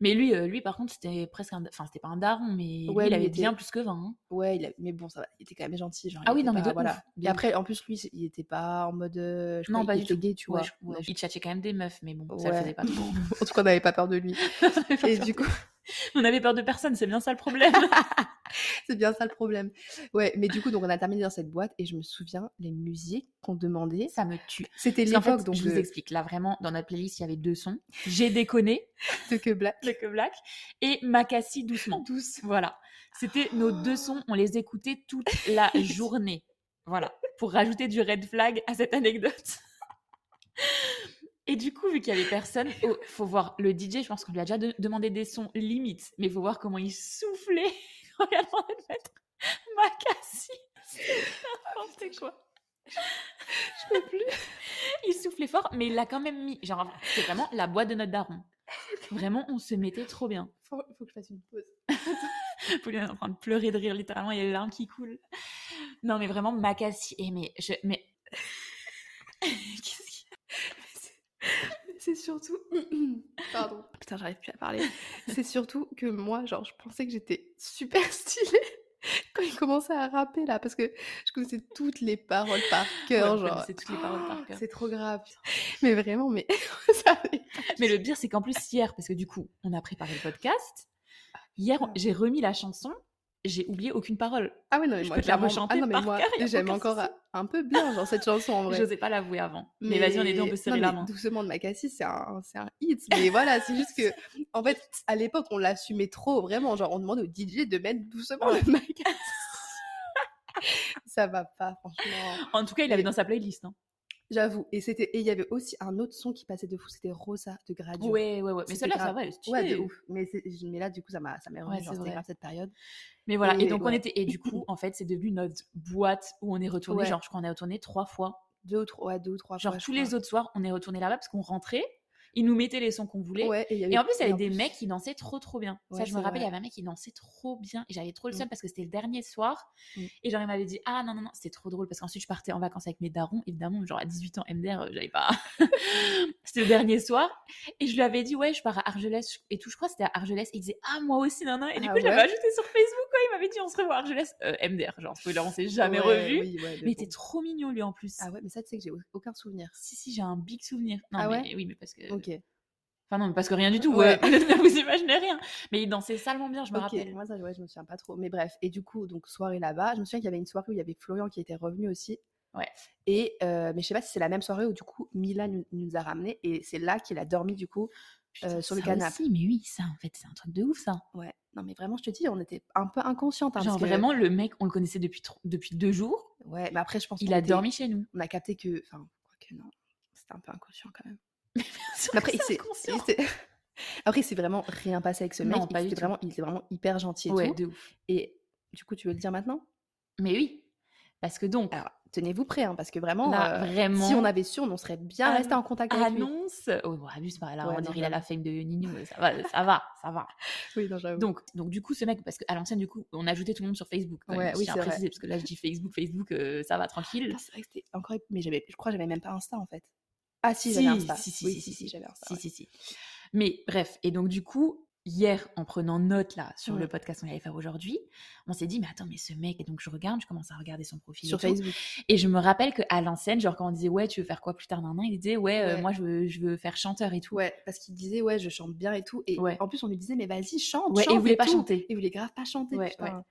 S2: Mais lui, euh, lui par contre, c'était presque un. Enfin, c'était pas un daron, mais lui,
S1: Ouais,
S2: il
S1: lui
S2: avait
S1: était-
S2: bien plus que 20. hein.
S1: Ouais, il a- mais bon, ça va, il était quand même gentil. Genre,
S2: Ah
S1: il
S2: oui,
S1: était
S2: non, mais
S1: pas-
S2: de
S1: voilà.
S2: ouf, de
S1: Et après, en plus, lui, il était pas en mode. euh, je
S2: Non,
S1: crois,
S2: pas
S1: il
S2: du
S1: était
S2: tout.
S1: gay, tu
S2: Ouais,
S1: vois.
S2: je- ouais,
S1: Donc,
S2: Il tchatchait quand même des meufs, mais bon, ça le
S1: ouais.
S2: *laughs* faisait pas trop.
S1: *laughs* en tout cas, on n'avait pas peur de
S2: *laughs*
S1: lui.
S2: On avait pas
S1: Et
S2: peur
S1: du coup, *laughs*
S2: On avait peur de personne, c'est bien ça le problème.
S1: c'est bien ça le problème. Ouais, mais du coup, donc on a terminé dans cette boîte et je me souviens les musiques qu'on demandait.
S2: *laughs* ça me tue.
S1: C'était
S2: Parce qu'en
S1: l'époque
S2: fait,
S1: donc euh,
S2: je
S1: de,
S2: vous explique. Là, vraiment, dans notre playlist, il y avait deux sons. J'ai déconné,
S1: de que
S2: *laughs*
S1: Black
S2: le que black, et Macassi doucement.
S1: douce.
S2: Voilà. C'était nos deux sons. On les écoutait toute la journée. Voilà. Pour rajouter du red flag à cette anecdote. Et du coup, vu qu'il y avait personne, oh, faut voir le DJ. Je pense qu'on lui a déjà de- demandé des sons limites, mais faut voir comment il soufflait *laughs* quand il a demandé de mettre Macassi. N'importe Oh, quoi.
S1: Je peux plus.
S2: Il soufflait fort, mais il l'a quand même mis. Genre, c'est vraiment la boîte de notre daron. Vraiment, on se mettait trop bien.
S1: Faut, faut que je fasse une pause.
S2: *laughs* Pauline est en train de pleurer de rire, littéralement, il y a les larmes qui coulent. Non, mais vraiment, Macassi. Et mais, je, mais... *laughs* Qu'est-ce qu'il
S1: C'est
S2: *clears throat*
S1: surtout. Pardon. Putain, j'arrive plus à parler. C'est surtout que moi, genre, je pensais que j'étais super *laughs* stylée quand il commençait à rapper là, parce que je connaissais toutes les paroles par
S2: y a
S1: cœur,
S2: Ouais,
S1: genre. oh,
S2: C'est toutes les paroles par cœur.
S1: C'est trop grave. Mais vraiment, mais *laughs* ça.
S2: Mais le pire, c'est qu'en plus, hier, parce que du coup, on a préparé le podcast, hier, on- j'ai remis la chanson, j'ai oublié aucune parole.
S1: Ah ouais, non, mais
S2: Je
S1: moi,
S2: peux te la
S1: clairement-
S2: rechanter
S1: Ah non, mais
S2: par
S1: moi,
S2: cœur, y a
S1: j'aime
S2: aucun
S1: encore
S2: souci.
S1: un peu bien, genre, cette chanson en vrai.
S2: J'osais pas l'avouer avant. Mais, vas-y, on est deux, on peut se serrer
S1: non,
S2: la
S1: mais
S2: main.
S1: Doucement de Macassi, c'est un, c'est un hit. Mais voilà, c'est juste
S2: *laughs*
S1: que, en fait, à l'époque, on l'assumait trop, vraiment. Genre, on demandait au DJ de mettre doucement le Macassi. *laughs* Ça va pas, franchement.
S2: En tout cas, il l'avait
S1: Et-
S2: dans sa playlist. Hein.
S1: J'avoue. Et c'était, et il y avait aussi un autre son qui passait de fou, c'était Rosa de Gradio.
S2: Ouais, ouais, ouais. Mais
S1: C'était
S2: celle-là, ça
S1: grave.
S2: va, elle est stylée.
S1: Ouais, de ouf. Mais, c'est- mais là, du coup, ça m'a, ça m'est revenu,
S2: Ouais,
S1: genre,
S2: c'est
S1: c'était
S2: vrai.
S1: grave cette période.
S2: Mais voilà, et,
S1: Et
S2: donc on
S1: ouais.
S2: était, et du coup, en fait, c'est devenu notre boîte où on est retourné.
S1: Ouais.
S2: Genre, je crois qu'on est retourné trois fois.
S1: Deux ou trois, ouais, deux ou trois
S2: Genre,
S1: fois, je
S2: tous
S1: crois.
S2: les autres soirs, on est retourné là-bas parce qu'on rentrait. Ils nous mettaient les sons qu'on voulait.
S1: Ouais, y avait-
S2: Et en plus, il y avait des
S1: plus-
S2: mecs qui dansaient trop trop bien.
S1: Ouais,
S2: ça, je
S1: c'est
S2: me rappelle,
S1: vrai.
S2: il y avait un mec qui dansait trop bien. Et j'avais trop le
S1: Mm.
S2: seum parce que c'était le dernier soir.
S1: Mm.
S2: Et genre, il m'avait dit Ah non, non, non, c'était trop drôle parce qu'ensuite, je partais en vacances avec mes darons. Évidemment, genre à 18 ans, MDR, euh, j'avais pas. *laughs* c'était le dernier soir. Et je lui avais dit Ouais, je pars à Argelès je- et tout. Je crois que c'était à Argelès. Et il disait Ah, moi aussi, non, non. Et du
S1: Ah
S2: coup, je l'avais
S1: ouais
S2: ajouté sur Facebook. Quoi. Il m'avait dit On se revoit à Argelès. Euh, MDR, genre, spoiler, on s'est jamais
S1: Ouais,
S2: revus.
S1: oui, ouais, de
S2: Mais
S1: bon.
S2: t'es trop mignon, lui, en plus.
S1: Ah ouais, mais ça, tu sais que j'ai au- aucun souvenir.
S2: Si, si, j'ai un big souvenir. Non,
S1: Ah
S2: mais
S1: ouais
S2: oui, mais parce que.
S1: Ok.
S2: Enfin non, mais parce que rien du tout.
S1: Ouais.
S2: euh, *laughs* ne vous imaginez rien. Mais il dansait salement bien, je me
S1: Ok,
S2: rappelle.
S1: moi ça, ouais, je me souviens pas trop. Mais bref, et du coup, donc soirée là-bas, je me souviens qu'il y avait une soirée où il y avait Florian qui était revenu aussi.
S2: Ouais.
S1: Et euh, mais je sais pas si c'est la même soirée où du coup Mila nous, nous a ramenés et c'est là qu'il a dormi du coup. Euh, sur le
S2: ça
S1: canapé.
S2: aussi, mais oui, ça en fait, c'est un truc de ouf ça.
S1: Ouais. Non mais vraiment, je te dis, on était un peu inconscientes. hein,
S2: Genre
S1: parce que-
S2: vraiment, le mec, on le connaissait depuis, tro- depuis deux jours.
S1: Ouais. Mais après, je pense
S2: Il
S1: qu'on
S2: a
S1: était-
S2: dormi chez nous.
S1: On a capté que, enfin, quoique non, c'était un peu inconscient
S2: *laughs*
S1: quand même. Mais après, il s'est-
S2: inconscient.
S1: il s'est- *laughs* Après, c'est vraiment rien passé avec ce mec.
S2: Non,
S1: il,
S2: pas du
S1: était
S2: tout.
S1: vraiment, il était vraiment hyper gentil et
S2: Ouais,
S1: tout.
S2: de ouf.
S1: Et du coup, tu veux le dire maintenant
S2: Mais oui, parce que donc,
S1: Alors, tenez-vous prêts, hein, parce que vraiment,
S2: là,
S1: euh,
S2: vraiment,
S1: si on avait su, on en serait bien
S2: Ah
S1: resté en contact avec lui.
S2: annonce. Oh, bon, abuse pas, là,
S1: Ouais,
S2: on
S1: non,
S2: dirait il a
S1: vraiment.
S2: la fame de Ninou. euh, Ça va, ça va,
S1: *laughs*
S2: ça va.
S1: Oui, non, j'avoue.
S2: Donc, donc du coup, ce mec, parce qu'à l'ancienne, du coup, on ajoutait tout le monde sur Facebook. quand
S1: Ouais,
S2: même, je
S1: oui,
S2: tiens à
S1: c'est vrai.
S2: préciser, parce que là, je dis Facebook, Facebook, euh, ça va, tranquille.
S1: Putain, Ah, c'est vrai que c'était encore. ép- Mais j'avais, je crois, que j'avais même pas Insta en fait. Ah si,
S2: Si,
S1: j'avais Insta.
S2: si, si,
S1: oui,
S2: si,
S1: si,
S2: si, si.
S1: j'avais Insta.
S2: Si,
S1: Bah ouais.
S2: si, si. Mais bref, et donc du coup, hier, en prenant note là sur
S1: Ouais.
S2: le podcast qu'on allait faire aujourd'hui, on s'est dit, mais attends, mais ce mec, et donc je regarde, je commence à regarder son profil.
S1: Sur
S2: et tout.
S1: Facebook.
S2: Et je me rappelle qu'à l'ancienne, genre quand on disait, ouais, tu veux faire quoi plus tard d'un an, il disait, ouais, euh,
S1: Ouais.
S2: moi je veux, je veux faire chanteur et tout.
S1: Ouais, parce qu'il disait ouais, je chante bien et tout. Et
S2: Ouais.
S1: en plus, on lui disait mais vas-y, chante.
S2: Ouais, et
S1: chante
S2: il voulait pas
S1: tout.
S2: chanter.
S1: Et il voulait grave pas chanter.
S2: Ouais,
S1: putain.
S2: ouais.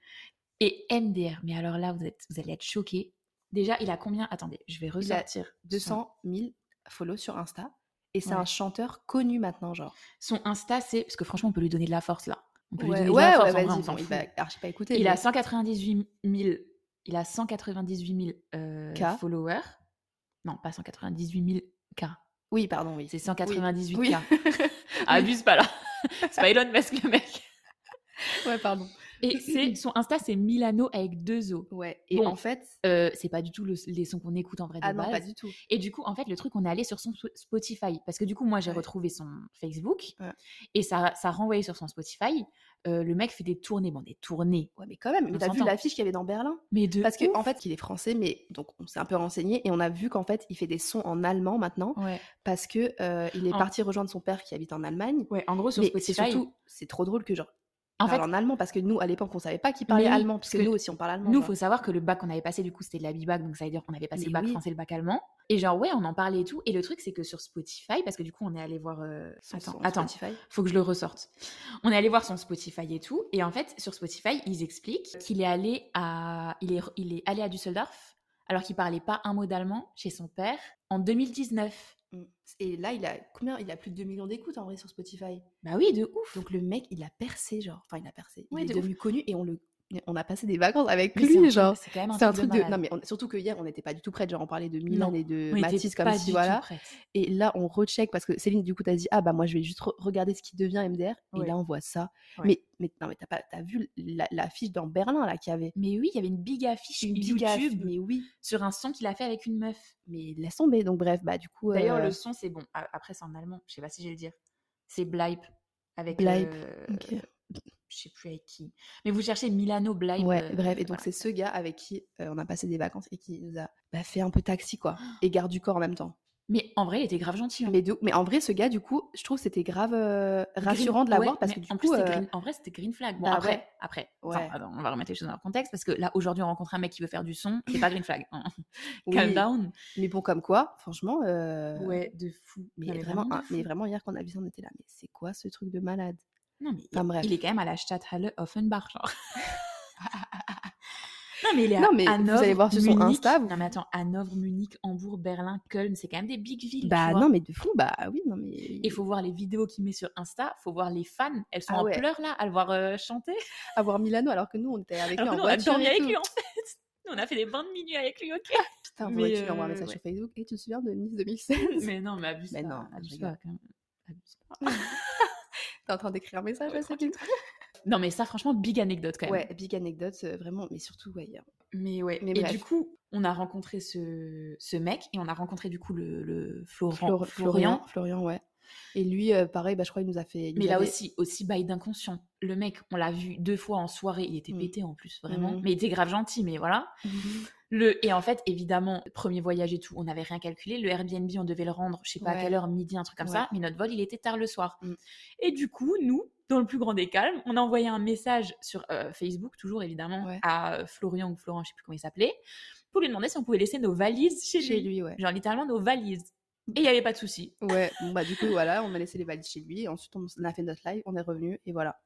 S2: Et MDR, mais alors là, vous, êtes, vous allez être choqués. Déjà, il a combien Attendez, je vais ressortir.
S1: 200 000 follow sur Insta. Et c'est
S2: Ouais.
S1: un chanteur connu maintenant, genre.
S2: Son Insta, c'est. Parce que franchement, on peut lui donner de la force là. On peut lui
S1: Ouais, ouais,
S2: donner de la force. en
S1: ouais,
S2: vrai,
S1: vas-y, bah,
S2: on s'en
S1: bon, il
S2: fout.
S1: va archi pas écouter.
S2: Il
S1: mais-
S2: a 198 000, il a 198 000 euh,
S1: K.
S2: followers. Non, pas 198 000 K.
S1: Oui, pardon, oui.
S2: C'est 198
S1: Oui.
S2: *laughs* K. Ah, Abuse pas là. *laughs* C'est pas Elon Musk le mec.
S1: ouais, pardon.
S2: *laughs* Et c'est, son Insta, c'est Milano avec deux O.
S1: Ouais, et
S2: Bon.
S1: en fait,
S2: Euh, c'est pas du tout le- les sons qu'on écoute en vrai de
S1: ah non, pas
S2: base.
S1: du tout.
S2: Et du coup, en fait, le truc, on est allé sur son Sp- Spotify. Parce que du coup, moi, j'ai
S1: Ouais.
S2: retrouvé son Facebook.
S1: Ouais.
S2: Et ça, ça renvoyait sur son Spotify. Euh, le mec fait des tournées. Bon, des tournées.
S1: Ouais, mais quand même, mais
S2: On
S1: t'as vu
S2: s'entend.
S1: l'affiche qu'il y avait dans Berlin
S2: Mais de.
S1: Parce que
S2: ouf.
S1: en fait, il est français, mais donc on s'est un peu renseigné et on a vu qu'en fait, il fait des sons en allemand maintenant
S2: Ouais.
S1: parce que euh, il est
S2: En-
S1: parti rejoindre son père qui habite en Allemagne.
S2: ouais, en gros, Oh. sur
S1: mais c'est
S2: Spotify.
S1: surtout, c'est trop drôle que genre
S2: en
S1: en
S2: fait,
S1: en allemand parce que nous, à l'époque, on savait pas qu'il parlait
S2: Mais oui,
S1: allemand
S2: parce
S1: puisque
S2: que
S1: nous aussi on parle allemand.
S2: Nous,
S1: genre.
S2: faut savoir que le bac qu'on avait passé, du coup, c'était de la bibac, donc ça veut dire qu'on avait passé
S1: Mais
S2: le bac
S1: oui.
S2: français, le bac allemand. Et genre, ouais, on en parlait et tout. Et le truc, c'est que sur Spotify, parce que du coup, on est allé voir. euh,
S1: Son-
S2: Attends,
S1: son
S2: attends,
S1: Spotify.
S2: faut que je le ressorte. On est allé voir son Spotify et tout. Et en fait, sur Spotify, ils expliquent qu'il est allé à, il est, il est allé à Düsseldorf, alors qu'il parlait pas un mot d'allemand chez son père en 2019.
S1: Mm. Et là, il a combien Il a plus de 2 millions d'écoutes en vrai sur Spotify.
S2: Bah oui, de ouf.
S1: Donc le mec, il a percé, genre. Enfin, il a percé. Il
S2: Ouais,
S1: est
S2: de ouf.
S1: devenu connu et on le, on a passé des vacances avec
S2: Mais c'est un
S1: lui,
S2: truc-
S1: genre.
S2: C'est quand même
S1: C'est un truc de.
S2: malade.
S1: Non mais on- surtout que hier, on n'était pas du tout prêts. Genre, on parlait de Milan
S2: Non,
S1: et de
S2: On était
S1: Matisse comme
S2: pas
S1: si
S2: du tout
S1: voilà.
S2: prêtes.
S1: Et là, on recheck parce que Céline, du coup, t'as dit ah bah moi je vais juste re- regarder ce qui devient MDR. Et
S2: Ouais.
S1: là, on voit ça.
S2: Ouais.
S1: Mais mais non mais t'as pas t'as vu la- l'affiche dans Berlin là qu'il y avait.
S2: Mais oui, il y avait une big affiche
S1: Une big aff-
S2: YouTube
S1: Mais oui.
S2: sur un son qu'il a fait avec une meuf.
S1: Mais laisse tomber. Donc bref, bah du coup.
S2: D'ailleurs,
S1: euh,
S2: le son, c'est bon. A- Après, c'est en allemand. Je sais pas si je vais le dire. C'est Bleib. Avec.
S1: Bleib,
S2: euh,
S1: ok.
S2: Je sais plus avec qui. Mais vous cherchez Milano Bleib.
S1: Ouais,
S2: euh,
S1: bref, et donc
S2: voilà.
S1: c'est ce gars avec qui euh, on a passé des vacances et qui nous a bah, fait un peu taxi,
S2: *gasps*
S1: quoi, et garde du corps en même temps.
S2: Mais en vrai, il était grave gentil. hein.
S1: Mais, de- mais en vrai, ce gars, du coup, je trouve que c'était grave euh,
S2: Green-
S1: rassurant de l'avoir
S2: ouais,
S1: parce
S2: mais
S1: que du
S2: en
S1: coup,
S2: plus, c'est
S1: euh,
S2: green- en vrai, c'était green flag. Bon,
S1: bah
S2: après,
S1: ouais.
S2: après, enfin,
S1: Ouais.
S2: pardon, on va remettre les choses dans leur contexte parce que là, aujourd'hui, on rencontre un mec qui veut faire du son, c'est pas green flag. *laughs* hein. Calm
S1: oui,
S2: down.
S1: mais bon, comme quoi, franchement, euh,
S2: de fou.
S1: mais,
S2: Non, mais
S1: vraiment,
S2: de
S1: hein, mais
S2: fou.
S1: vraiment, hier, quand on a vu ça, on était là, mais c'est quoi ce truc de malade
S2: Non, mais
S1: Enfin,
S2: il-
S1: bref.
S2: il est quand même à la Stadthalle Offenbach,
S1: *laughs*
S2: genre. non, mais il est à
S1: Non, mais vous
S2: Hanovre,
S1: allez voir sur son
S2: Munich.
S1: Insta, vous-
S2: Non, mais attends, Hanovre, Munich, Hambourg, Berlin, Köln, c'est quand même des big villes. tu
S1: Bah
S2: vois.
S1: non, mais de fou, bah oui, non, mais.
S2: Et faut voir les vidéos qu'il met sur Insta, faut voir les fans, elles sont
S1: Ah
S2: en
S1: ouais.
S2: pleurs là, à le voir euh, chanter.
S1: avoir Milano alors que nous, on était avec
S2: *laughs* Alors
S1: lui en
S2: que nous, on a
S1: voiture.
S2: dormi
S1: et
S2: avec
S1: tout.
S2: lui en fait. *laughs* Nous, on a fait des bains de minuit avec
S1: *laughs*
S2: lui, ok
S1: Putain, faudrait
S2: Mais,
S1: que tu lui envoies un
S2: euh,
S1: message
S2: ouais.
S1: sur Facebook. Et tu te souviens de Nice 2016
S2: Mais non, mais abuse
S1: Mais
S2: pas.
S1: non, je
S2: abuse
S1: rigole.
S2: pas, quand même. Abuse pas.
S1: T'es en train d'écrire un message
S2: Ouais,
S1: à Céline
S2: Non, mais ça, franchement, big anecdote quand même.
S1: Ouais, big anecdote, euh, vraiment, mais surtout, ouais, hier.
S2: Mais ouais.
S1: Mais
S2: et
S1: bref.
S2: du coup, on a rencontré ce, ce mec et on a rencontré du coup le, le Florent,
S1: Flor-
S2: Florian.
S1: Florian, Florian, ouais. Et lui, euh, pareil, bah, je crois qu'il nous a fait. il
S2: Mais
S1: nous
S2: là
S1: avait-
S2: aussi, *laughs* aussi bail d'inconscient. Le mec, on l'a vu deux fois en soirée, il était
S1: Mm.
S2: pété en plus, vraiment.
S1: Mm.
S2: Mais il était grave gentil, mais voilà. Le... Et en fait, évidemment, premier voyage et tout, on n'avait rien calculé. Le Airbnb, on devait le rendre, je sais pas à
S1: Ouais.
S2: quelle heure, midi, un truc comme ça.
S1: Ouais.
S2: Mais notre vol, il était tard le soir.
S1: Mm.
S2: Et du coup, nous, dans le plus grand des calmes, on a envoyé un message sur euh, Facebook, toujours évidemment,
S1: Ouais.
S2: à euh, Florian ou Florent, je sais plus comment il s'appelait, pour lui demander si on pouvait laisser nos valises chez,
S1: Chez
S2: lui.
S1: lui, ouais.
S2: Genre littéralement nos valises. Et il n'y avait pas de souci.
S1: Ouais, bon, bah, du coup, voilà, on a laissé les valises chez lui. Ensuite, on on a fait notre live, on est revenu et voilà.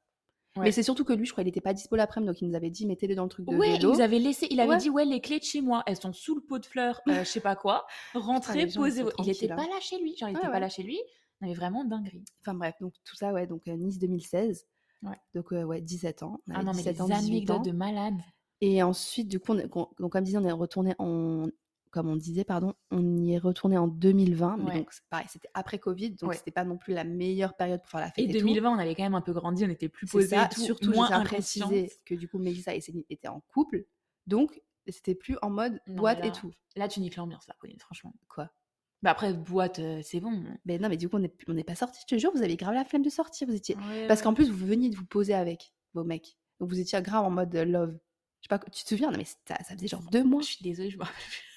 S2: Ouais.
S1: Mais c'est surtout que lui, je crois, il était pas dispo l'après-midi, donc il nous avait dit, mettez-les dans le truc de
S2: Ouais, il
S1: vélo.
S2: nous avait laissé, il avait
S1: Ouais.
S2: dit ouais les clés de chez moi, elles sont sous le pot de fleurs, euh, je sais
S1: *laughs*
S2: pas quoi. Rentrez,
S1: Ah, les gens, ils
S2: posez.
S1: sont
S2: vos- Il était
S1: tranquilles, hein.
S2: pas là chez lui, genre il
S1: Ouais,
S2: était pas
S1: ouais.
S2: là chez lui. On avait vraiment dinguerie.
S1: Enfin bref, donc tout ça, ouais, donc euh, Nice 2016.
S2: Ouais.
S1: Donc euh, ouais, 17 ans. On
S2: Ah
S1: avait
S2: non mais
S1: 17
S2: des
S1: ans, 18 ans.
S2: anecdotes de malades.
S1: Et ensuite, du coup, on est- qu'on- donc comme disait, on est retourné en, comme on disait, pardon, on y est retourné en 2020. Mais
S2: Ouais.
S1: donc c'est pareil, c'était après Covid, donc
S2: Ouais.
S1: c'était pas non plus la meilleure période pour faire la
S2: Et
S1: fête. Et, tout.
S2: 2020, on avait quand même un peu grandi, on était plus
S1: C'est
S2: posés,
S1: ça,
S2: et tout,
S1: surtout, je
S2: moins
S1: tiens à
S2: inconsciente.
S1: préciser que du coup, Mélissa et Céline étaient en couple, donc c'était plus en mode
S2: Non, mais
S1: boîte
S2: là-
S1: et tout.
S2: Là, tu niques l'ambiance, là, Pauline, franchement.
S1: Quoi
S2: Bah après, boîte, euh, c'est bon.
S1: Mais non, mais du coup, on n'est on n'est pas sortis, je te jure, vous aviez grave la flemme de sortir. Vous étiez... Euh, Parce qu'en plus, vous veniez de vous poser avec vos mecs. Donc vous étiez grave en mode euh, love. Je sais pas, tu te souviens Non, mais ça, ça faisait genre deux mois.
S2: je suis désolée, je me rappelle plus.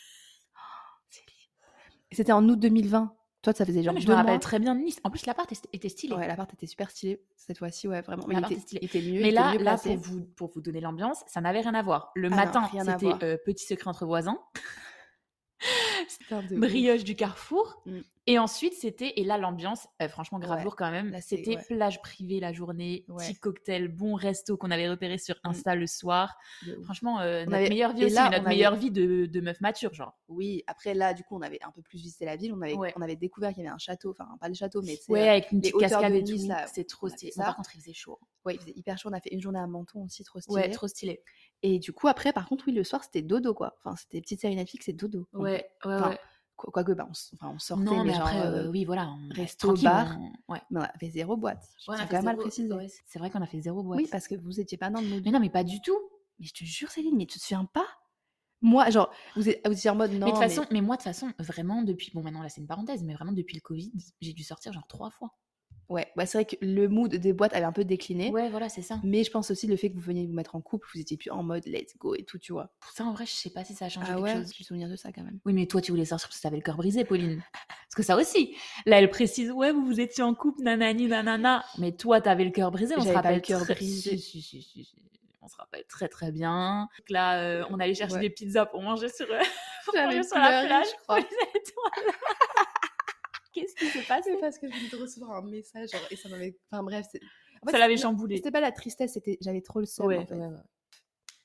S1: C'était en août 2020. Toi, ça faisait
S2: Non,
S1: genre
S2: mais je
S1: deux
S2: me rappelle
S1: mois.
S2: très bien de Nice. En plus, l'appart était- était stylé.
S1: Ouais, l'appart était super stylé cette fois-ci, ouais, vraiment. Mais il
S2: L'appart
S1: était,
S2: est stylé.
S1: il était mieux. il
S2: Mais
S1: était
S2: là,
S1: mieux
S2: là
S1: placé.
S2: pour, vous, pour vous donner l'ambiance, ça n'avait rien à voir. Le
S1: non,
S2: matin,
S1: rien à voir.
S2: c'était euh, petit secret entre voisins,
S1: Putain de ouf.
S2: brioche du carrefour.
S1: Mm.
S2: Et ensuite, c'était, et là, l'ambiance, euh, franchement, grave
S1: Ouais,
S2: lourd quand même.
S1: là, c'est-
S2: C'était
S1: ouais.
S2: plage privée la journée,
S1: Ouais. Mm.
S2: petit cocktail, bon resto qu'on avait repéré sur Insta le soir.
S1: De ouf.
S2: Franchement, euh, notre
S1: avait-
S2: meilleure vie
S1: et
S2: aussi,
S1: là,
S2: mais notre
S1: on avait-
S2: meilleure vie de, de meuf mature, genre.
S1: Oui, après là, du coup, on avait un peu plus visité la ville. On avait,
S2: Ouais.
S1: on avait découvert qu'il y avait un château, enfin pas le château, mais c'est,
S2: Ouais,
S1: euh,
S2: avec une
S1: les
S2: petite
S1: hauteurs
S2: cascade
S1: de
S2: et tout.
S1: Nice, là,
S2: C'est trop
S1: on a fait
S2: stylé.
S1: ça.
S2: Bon, par contre, il faisait chaud.
S1: euh, ouais, il faisait hyper chaud. On a fait une journée à Menton aussi, trop stylé.
S2: Ouais, trop stylé.
S1: Et du coup, après, par contre, oui, le soir, c'était dodo quoi. Enfin, c'était petite série Netflix, c'est dodo. un peu.
S2: Ouais, ouais,
S1: Enfin,
S2: ouais.
S1: Quoi- Quoique, bah, on, s- enfin, on sortait,
S2: Non,
S1: mais,
S2: mais
S1: genre,
S2: après,
S1: euh,
S2: euh, oui, voilà. on-
S1: resto,
S2: tranquille,
S1: bar.
S2: on- Ouais.
S1: mais Bah, on avait zéro euh, boîte. Je
S2: Ouais, on a
S1: tiens
S2: fait
S1: quand même à le
S2: zéro-
S1: préciser.
S2: ouais, c'est- c'est vrai qu'on a fait zéro boîte.
S1: Oui, parce que vous étiez pas dans le mode.
S2: Mais non, mais pas du tout.
S1: Mais je te jure, Céline, mais tu te souviens pas Moi, genre, vous êtes, vous étiez en mode non.
S2: mais de toute façon, mais moi de toute façon, vraiment depuis bon maintenant là c'est une parenthèse, mais vraiment depuis le Covid, j'ai dû sortir genre trois fois.
S1: Ouais, bah, c'est vrai que le mood des boîtes avait un peu décliné.
S2: Ouais, voilà, c'est ça.
S1: Mais je pense aussi le fait que vous veniez vous mettre en couple, vous étiez plus en mode let's go et tout, tu vois.
S2: Pour ça en vrai, je sais pas si ça a changé
S1: Ah
S2: quelque
S1: ouais,
S2: chose.
S1: je me souviens de ça quand même.
S2: Oui, mais toi tu voulais sortir parce que t'avais le cœur brisé, Pauline. Parce que ça aussi. Là, elle précise ouais, vous vous étiez en couple nanani nanana, mais toi t'avais le cœur brisé, on se
S1: J'avais pas
S2: rappelle
S1: le cœur
S2: très-
S1: brisé.
S2: Si, si, si, si, si. On se rappelle très très bien. Donc Là, euh, on allait chercher
S1: Ouais.
S2: des pizzas pour manger sur, euh, *laughs* pour
S1: J'avais
S2: manger sur la
S1: pleuré,
S2: plage.
S1: je crois.
S2: Pauline, elle était en- *laughs* Qu'est-ce qui se passe
S1: parce que je venais de recevoir un message genre, et ça m'avait. Enfin bref, c'est- en fait,
S2: Ça l'avait
S1: c'était-
S2: chamboulé.
S1: C'était pas la tristesse, c'était j'avais trop le seum
S2: Ouais,
S1: en fait.
S2: ouais, ouais.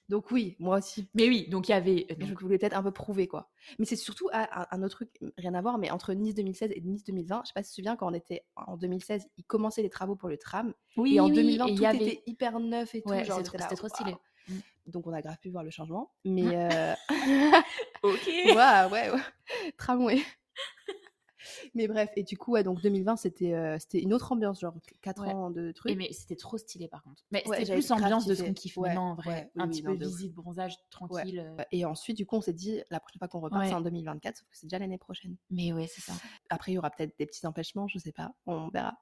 S1: Donc oui, moi aussi.
S2: Mais oui, donc il y avait. euh, donc,
S1: Je voulais peut-être un peu prouver quoi. Mais c'est surtout ah, un, un autre truc, rien à voir, mais entre Nice 2016 et Nice 2020, je sais pas si tu te souviens, quand on était en 2016, ils commençaient les travaux pour le tram.
S2: Oui,
S1: et en
S2: oui,
S1: 2020,
S2: et il
S1: tout
S2: y avait-
S1: *laughs* était hyper neuf et tout.
S2: Ouais,
S1: genre, j'étais
S2: c'est trop-
S1: là,
S2: c'était trop stylé. Mm.
S1: waouh. Donc on a grave pu voir le changement. Mais
S2: *laughs*
S1: euh,
S2: Ok.
S1: Waouh, ouais, *laughs* ouais. tramway. *laughs* mais bref, et du coup, ouais, donc 2020, c'était euh, c'était une autre ambiance, genre 4
S2: Ouais.
S1: ans de
S2: Et
S1: trucs.
S2: mais c'était trop stylé par contre. Mais
S1: Ouais,
S2: c'était
S1: j'avais
S2: plus ambiance de ce
S1: grave
S2: qu'on
S1: kiffé.
S2: kiffe
S1: Ouais,
S2: maintenant en vrai.
S1: ouais, oui,
S2: un
S1: oui,
S2: petit
S1: non,
S2: peu
S1: de ouf.
S2: visite, bronzage, tranquille. euh.
S1: Et ensuite, du coup, on s'est dit, la prochaine fois qu'on repart, c'est
S2: Ouais.
S1: en 2024, sauf que c'est déjà l'année prochaine.
S2: Mais ouais, c'est ça.
S1: Après, il y aura peut-être des petits empêchements, je sais pas, on verra.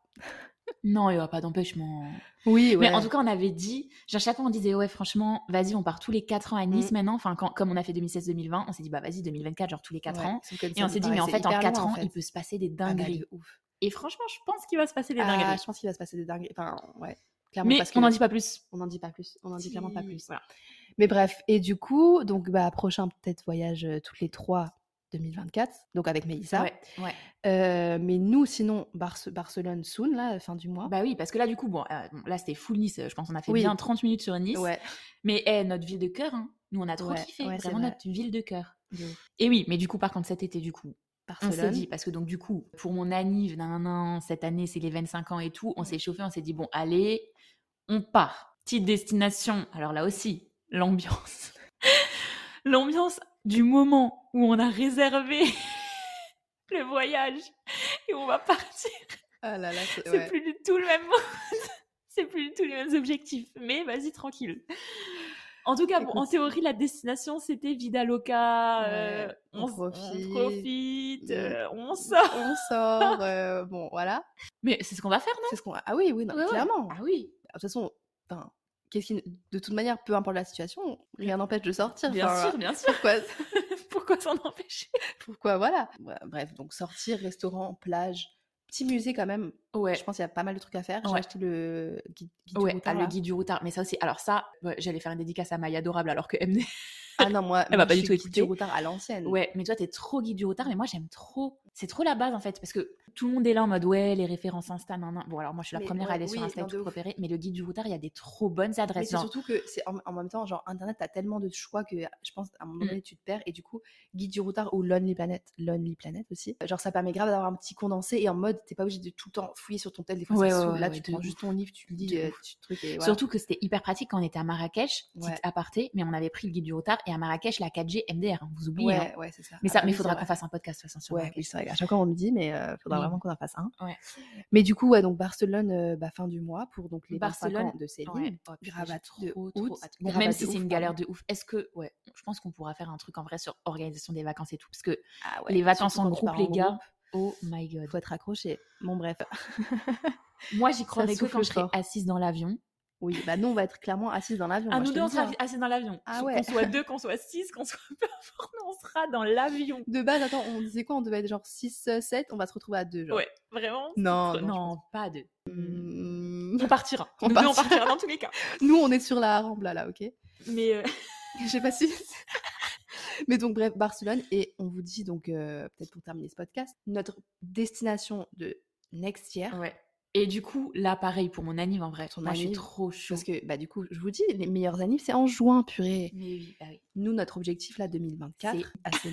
S2: Non, il n'y aura pas d'empêchement.
S1: Oui,
S2: Mais en tout cas, on avait dit, genre, chaque fois on disait, ouais, franchement, vas-y, on part tous les 4 ans à Nice
S1: Mm.
S2: maintenant. Enfin, quand, comme on a fait 2016-2020, on s'est dit, bah vas-y, 2024, genre tous les 4 ans. Et on s'est dit, mais en fait, en 4 ans, il peut se passer des dingueries.
S1: Ah, ouf.
S2: Et franchement, je pense qu'il va se passer des
S1: bah, Ah,
S2: dingueries.
S1: je pense qu'il va se passer des dingueries. Enfin, ouais. Clairement,
S2: Mais
S1: parce que
S2: on n'en dit pas plus.
S1: on n'en dit pas plus. On n'en dit clairement pas plus.
S2: Voilà.
S1: Mais bref, et du coup, donc bah, prochain peut-être voyage euh, toutes les trois 2024, donc avec Mélissa.
S2: Ouais, ouais.
S1: Euh, mais nous, sinon, Barce- Barcelone soon, là, fin du mois.
S2: Bah oui, parce que là, du coup, bon, euh, bon, là, c'était full Nice. Je pense qu'on a fait
S1: Oui.
S2: bien 30 minutes sur Nice.
S1: ouais,
S2: Mais eh, notre ville de cœur, hein. nous on a trop
S1: Ouais,
S2: kiffé,
S1: ouais, c'est
S2: vraiment
S1: vrai.
S2: notre ville de cœur.
S1: de ouf.
S2: Et oui, mais du coup par contre cet été du coup, on s'est
S1: Barcelone.
S2: dit parce que donc du coup pour mon anniv nan, nan, cette année c'est les 25 ans et tout, on s'est chauffé, on s'est dit bon allez, on part. Petite destination. Alors là aussi, l'ambiance. *laughs* l'ambiance du moment où on a réservé *laughs* le voyage et on va partir.
S1: Ah là là, c'est
S2: C'est
S1: ouais.
S2: *laughs* plus du tout le même monde. C'est plus du tout les mêmes objectifs. Mais vas-y tranquille. En tout cas, bon, en théorie, la destination, c'était Vidaloca. euh,
S1: Ouais,
S2: on,
S1: on
S2: s- on
S1: profite.
S2: profite,
S1: Mm.
S2: euh, on sort.
S1: On sort, euh, bon, voilà.
S2: Mais c'est ce qu'on va faire, non
S1: C'est ce qu'on. Ah oui, oui, non,
S2: Ouais, ouais.
S1: clairement.
S2: Ah oui,
S1: De toute façon, enfin, qu'est-ce qui... de toute manière, peu importe la situation, rien n'empêche de sortir.
S2: Mmh. bien
S1: enfin,
S2: sûr, bien sûr.
S1: Pourquoi,
S2: *laughs*
S1: *laughs*
S2: Pourquoi s'en empêcher
S1: pourquoi, voilà. Ouais, Bref, donc sortir, restaurant, plage, petit musée quand même.
S2: Ouais.
S1: Je pense qu'il y a pas mal de trucs à faire. J'ai
S2: Ouais.
S1: acheté le guide, guide du
S2: Ouais,
S1: routard,
S2: ah, le
S1: là.
S2: guide du routard. Mais ça aussi, alors ça, ouais, j'allais faire une dédicace à Maya Adorable alors que MD.
S1: Ah non, moi,
S2: Elle
S1: moi,
S2: m'a pas
S1: je
S2: du
S1: suis
S2: tout
S1: guide du
S2: écouté.
S1: routard à l'ancienne.
S2: Ouais, mais toi, t'es trop guide du routard, mais moi, j'aime trop. C'est trop la base en fait, parce que tout le monde est là en mode ouais, les références Insta, nan, nan. Bon, alors moi, je suis la
S1: Mais
S2: première à
S1: ouais,
S2: aller sur
S1: oui,
S2: Insta et
S1: non, de
S2: tout
S1: ouf.
S2: repérer, mais le guide du routard, il y a des trop bonnes
S1: Mais
S2: adresses.
S1: c'est
S2: genre-
S1: surtout que c'est en, en même temps, genre Internet, t'as tellement de choix que je pense à un moment
S2: Mm.
S1: donné, tu te perds. Et du coup, Guide du routard ou Lonely Planet, Lonely Planet aussi, genre ça permet grave d'avoir un petit condensé et en mode, t'es pas obligé de tout le temps fouiller sur ton tel. Des fois,
S2: Ouais,
S1: ça
S2: ouais,
S1: saoule.
S2: ouais,
S1: Là,
S2: ouais,
S1: tu
S2: de
S1: prends juste ton livre, tu le lis,
S2: De
S1: euh,
S2: ouf.
S1: tu truc et voilà.
S2: Surtout que c'était hyper pratique quand on était à Marrakech, petite
S1: Ouais.
S2: aparté, mais on avait pris le guide du routard et à Marrakech, la 4G MDR, hein, vous oubliez. hein.
S1: Ouais, ouais, c'est ça.
S2: Mais
S1: Ah
S2: ça,
S1: bah
S2: mais
S1: oui,
S2: faudra
S1: c'est
S2: qu'on
S1: vrai.
S2: fasse un podcast de toute façon sur
S1: Ouais,
S2: Marrakech.
S1: oui, c'est vrai. À chaque fois, on le dit, mais euh, faudra
S2: Oui.
S1: vraiment qu'on en fasse un.
S2: Ouais.
S1: Mais du coup, ouais, donc Barcelone, euh, bah, fin du mois pour donc les 25
S2: Barcelone,
S1: ans de Céline.
S2: Ouais. Oh, putain,
S1: Gravat
S2: j'ai
S1: de
S2: trop,
S1: août.
S2: trop hâte.
S1: Gravat
S2: Même
S1: de
S2: si c'est
S1: ouf,
S2: une
S1: pardon.
S2: galère de ouf. Est-ce que, ouais, je pense qu'on pourra faire un truc en vrai sur organisation des vacances et tout, parce que
S1: Ah
S2: les vacances
S1: surtout
S2: en
S1: quand tu
S2: groupe,
S1: pars
S2: les gars.
S1: groupe,
S2: Oh my god.
S1: faut être accroché. Bon, bref.
S2: Moi, j'y croirais que
S1: souffle
S2: quand je serai
S1: fort.
S2: assise dans l'avion.
S1: Oui, bah nous on va être clairement assises dans l'avion.
S2: Ah,
S1: moi,
S2: nous
S1: je te
S2: deux,
S1: le
S2: on
S1: dis,
S2: sera
S1: hein.
S2: assises dans l'avion.
S1: Ah ouais.
S2: Qu'on soit deux, qu'on soit six, qu'on soit *laughs* peu importe, nous, on sera dans l'avion.
S1: De base, attends, on disait quoi On devait être genre 6, 7, on va se retrouver à 2. Genre.
S2: Ouais, vraiment.
S1: Non,
S2: Non,
S1: non.
S2: pas deux.
S1: Mm.
S2: On partira.
S1: On
S2: nous deux, on
S1: partira.
S2: partira dans tous les cas.
S1: *laughs* Nous, on est sur la Rambla là, ok *laughs*
S2: Mais euh,
S1: Je sais pas si. *laughs* Mais donc, bref, Barcelone. Et on vous dit donc, euh, peut-être pour terminer ce podcast, notre destination de next year.
S2: Ouais. Et du coup, là, pareil, pour mon anniv, en vrai,
S1: Ah Ton
S2: moi, je suis
S1: anniv,
S2: trop chaud.
S1: Parce que, bah, du coup, je vous dis, les meilleurs annives, c'est en juin, purée.
S2: Mais oui, bah oui.
S1: Nous, notre objectif là, 2024,
S2: C'est-
S1: ah, c'est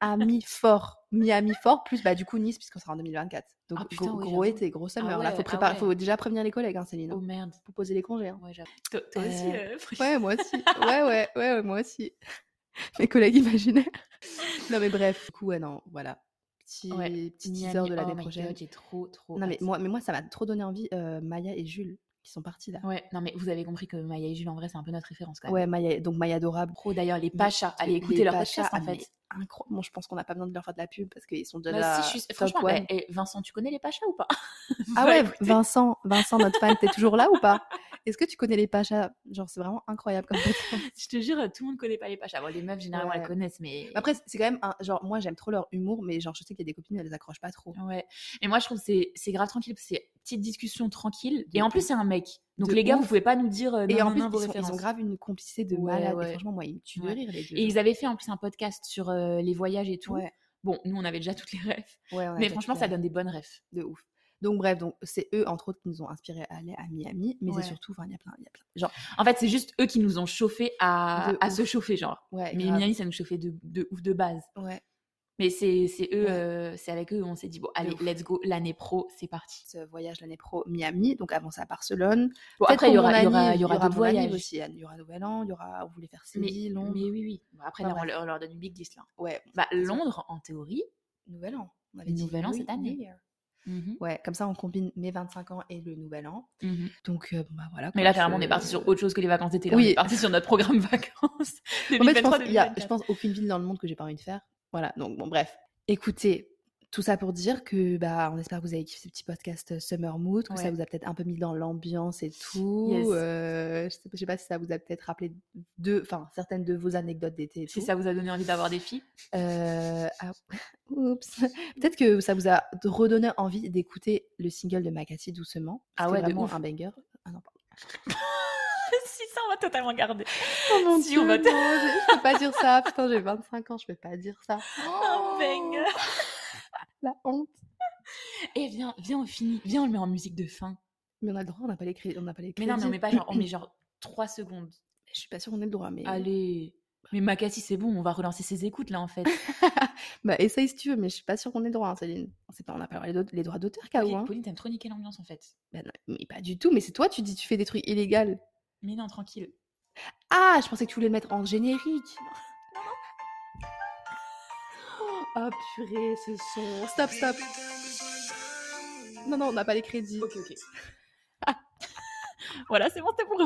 S1: Miami *laughs* fort. Miami fort, plus bah, du coup Nice, puisqu'on sera en 2024. Donc,
S2: Ah, putain,
S1: gros,
S2: oui,
S1: gros
S2: j'avoue.
S1: été, gros summer.
S2: Ah
S1: là,
S2: ouais,
S1: faut,
S2: ah
S1: préparer,
S2: ouais.
S1: faut déjà prévenir les collègues, hein, Céline.
S2: Oh merde.
S1: Pour poser les congés. hein.
S2: Ouais, j'avoue. Toi, toi aussi,
S1: Euh,
S2: euh, Brigitte.
S1: Ouais, moi aussi. Ouais, ouais, ouais, ouais, moi aussi. *laughs* Mes collègues imaginaires. non, mais bref, du coup, ouais, non, voilà. Petit,
S2: Ouais,
S1: petit teaser
S2: Miami,
S1: de
S2: oh
S1: l'année
S2: my
S1: prochaine.
S2: God, J'ai trop, trop.
S1: non, mais
S2: hâte.
S1: moi, mais moi, ça m'a trop donné envie. euh, Maya et Jules, qui sont partis là.
S2: Ouais, non, mais vous avez compris que Maya et Jules, en vrai, c'est un peu notre référence quand
S1: Ouais,
S2: même.
S1: Maya, donc Maya adorable.
S2: Pro d'ailleurs, les
S1: Les-
S2: Pachas. Allez
S1: les-
S2: écouter
S1: les
S2: leur
S1: Pachas,
S2: podcast, en
S1: ah, mais
S2: fait.
S1: Incroyable. Bon, je pense qu'on n'a pas besoin de leur faire de la pub parce qu'ils sont déjà
S2: Bah,
S1: là.
S2: si, je suis-
S1: top
S2: Franchement,
S1: one.
S2: bah, *laughs* eh, Vincent, tu connais les Pachas ou pas *laughs* Bah,
S1: Ah
S2: Va
S1: ouais,
S2: écouter.
S1: Vincent, Vincent, notre fan, t'es toujours là ou pas Est-ce que tu connais les Pachas Genre, c'est vraiment incroyable comme podcast.
S2: Je te jure, tout le monde connaît pas les Pachas. Bon, les meufs, généralement, elles
S1: Ouais.
S2: connaissent, mais.
S1: Après, c'est- c'est quand même un. Genre, moi, j'aime trop leur humour, mais genre, je sais qu'il y a des copines, elles les accrochent pas trop.
S2: Ouais. Mais moi, je trouve que c'est- c'est grave tranquille. C'est petite discussion tranquille.
S1: De
S2: et en plus,
S1: ouf.
S2: c'est un mec. Donc,
S1: De
S2: les gars, vous
S1: ouf.
S2: pouvez pas nous dire. euh,
S1: Et
S2: non,
S1: en
S2: non,
S1: plus,
S2: non, vos
S1: ils, sont- ils ont
S2: références.
S1: grave une complicité de
S2: Ouais,
S1: malade. Et
S2: ouais.
S1: franchement, moi, ils me tuent de
S2: Ouais.
S1: rire, les deux.
S2: Et
S1: genre.
S2: ils avaient fait en plus un podcast sur euh, les voyages et tout.
S1: Ouais,
S2: Bon, nous, on avait déjà toutes les refs.
S1: ouais, on a
S2: Mais
S1: déjà
S2: franchement,
S1: tout
S2: ça
S1: fait.
S2: donne des bonnes refs.
S1: de ouf. Donc, bref, donc c'est eux, entre autres, qui nous ont inspiré à aller à Miami, mais
S2: Ouais.
S1: c'est surtout, enfin, il y a plein, il y a plein. Genre,
S2: En fait, c'est juste eux qui nous ont chauffé à,
S1: De
S2: à
S1: ouf.
S2: se chauffer, genre.
S1: ouais,
S2: Mais
S1: grave.
S2: Miami, ça nous chauffait de, de ouf de base.
S1: ouais.
S2: Mais c'est c'est eux,
S1: Ouais.
S2: euh, c'est avec eux, on s'est dit, bon, allez,
S1: ouf.
S2: let's go, l'année pro, c'est parti.
S1: Ce voyage l'année pro Miami, donc avant ça, Barcelone.
S2: Bon,
S1: Peut-être
S2: après, il y
S1: pour mon
S2: aura, il y aura,
S1: anniv,
S2: il y aura
S1: mon
S2: d'autres
S1: anniv
S2: voyages.
S1: aussi. Anne. Il y aura Nouvel An, il y aura. On voulait faire
S2: Mais,
S1: Séville, Londres.
S2: mais oui, oui. Bon, après,
S1: Enfin,
S2: là, on
S1: bref.
S2: leur, on leur donne une big list, là.
S1: Ouais,
S2: Bah, Londres, en théorie.
S1: Nouvel An. On
S2: Le Nouvel An
S1: New-
S2: cette année.
S1: New Year. Ouais, comme ça, on combine mes 25 ans et le Nouvel An.
S2: Mhm.
S1: Donc, euh, bon, bah voilà.
S2: Mais
S1: quoi,
S2: là, clairement, on
S1: je- euh,
S2: est parti sur autre chose que les vacances d'été. là.
S1: Oui.
S2: On est parti sur notre programme *laughs* vacances.
S1: En fait, je pense,
S2: 2023,
S1: il y a, je
S2: 2024.
S1: pense aucune ville dans le monde que j'ai pas envie de faire. Voilà, donc bon, bref. Écoutez, tout ça pour dire que, bah, on espère que vous avez kiffé ce petit podcast euh, Summer Mood, que
S2: Ouais.
S1: ça vous a peut-être un peu mis dans l'ambiance et tout.
S2: Yes.
S1: Euh, je, sais, pas- je sais pas si ça vous a peut-être rappelé deux, enfin, certaines de vos anecdotes d'été. et
S2: Si
S1: tout.
S2: ça vous a donné envie d'avoir
S1: *laughs*
S2: des filles.
S1: Euh, ah, *laughs* oups. Peut-être que ça vous a redonné envie d'écouter le single de Makati doucement.
S2: Ah
S1: C'était
S2: ouais, de
S1: vraiment
S2: ouf.
S1: un banger. Ah non, pardon.
S2: si, ça, on va totalement garder.
S1: Oh mon
S2: Si, on
S1: Dieu,
S2: va
S1: non, *laughs*
S2: te-
S1: je, je peux pas dire
S2: *laughs*
S1: ça. Putain, j'ai 25 ans, je peux pas dire ça. Oh,
S2: Un banger.
S1: La honte.
S2: Eh, viens, viens, on finit. Viens, on le met en musique de fin.
S1: Mais on a le droit, on n'a pas les crédits. On n'a pas les
S2: Mais non, mais on
S1: crédits.
S2: met pas genre,
S1: *clears throat*
S2: on met genre 3 secondes.
S1: Je suis pas sûre qu'on ait le droit, mais.
S2: Allez. Mais Macassi, c'est bon, on va relancer ses écoutes là en fait.
S1: Bah, essaye si tu veux, mais je suis pas sûre qu'on ait le droit, hein, Céline. On sait pas, on n'a pas le droit, les, do- les droits d'auteur, K.O.
S2: Pauline,
S1: hein.
S2: Pauline, t'aimes trop niquer l'ambiance en fait.
S1: Bah non, mais pas du tout, mais c'est toi, tu dis, tu fais des trucs illégaux.
S2: Mais non, tranquille.
S1: Ah, je pensais que tu voulais le mettre en générique. Oh purée, ce son. Stop, stop. Non, non, on n'a pas les crédits.
S2: *laughs* ok. voilà, c'est bon, c'était pour.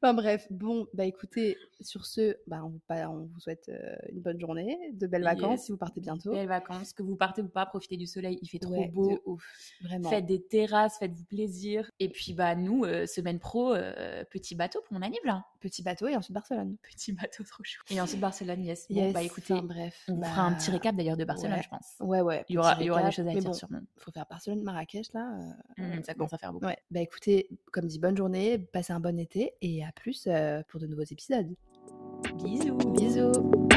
S1: Enfin bref, bon, bah écoutez, sur ce, bah, on, vous, bah, on vous souhaite euh, une bonne journée, de belles
S2: Yes.
S1: vacances si vous partez bientôt.
S2: Belles vacances, que vous partez ou pas, profitez du soleil, il fait trop
S1: Ouais, de
S2: beau.
S1: Vraiment.
S2: Faites des terrasses, faites-vous plaisir. Et puis bah nous, euh, semaine pro, euh, petit bateau pour mon anniv là.
S1: Petit bateau et ensuite Barcelone.
S2: *laughs* Petit bateau trop chou. Et ensuite Barcelone, yes. Bon,
S1: Yes,
S2: bah écoutez,
S1: enfin, bref.
S2: on
S1: bah,
S2: fera un petit récap d'ailleurs de Barcelone,
S1: ouais.
S2: je pense.
S1: Ouais, ouais.
S2: Il y aura,
S1: petit
S2: il y aura des
S1: récap,
S2: choses à
S1: mais
S2: dire
S1: bon,
S2: sûrement.
S1: Faut faire Barcelone, Marrakech là. euh,
S2: Hum, ça
S1: bon.
S2: commence à faire beaucoup.
S1: Ouais, bah écoutez, comme dit, bonne journée, passez un bon été et à plus euh, pour de nouveaux épisodes.
S2: Bisous.
S1: Bisous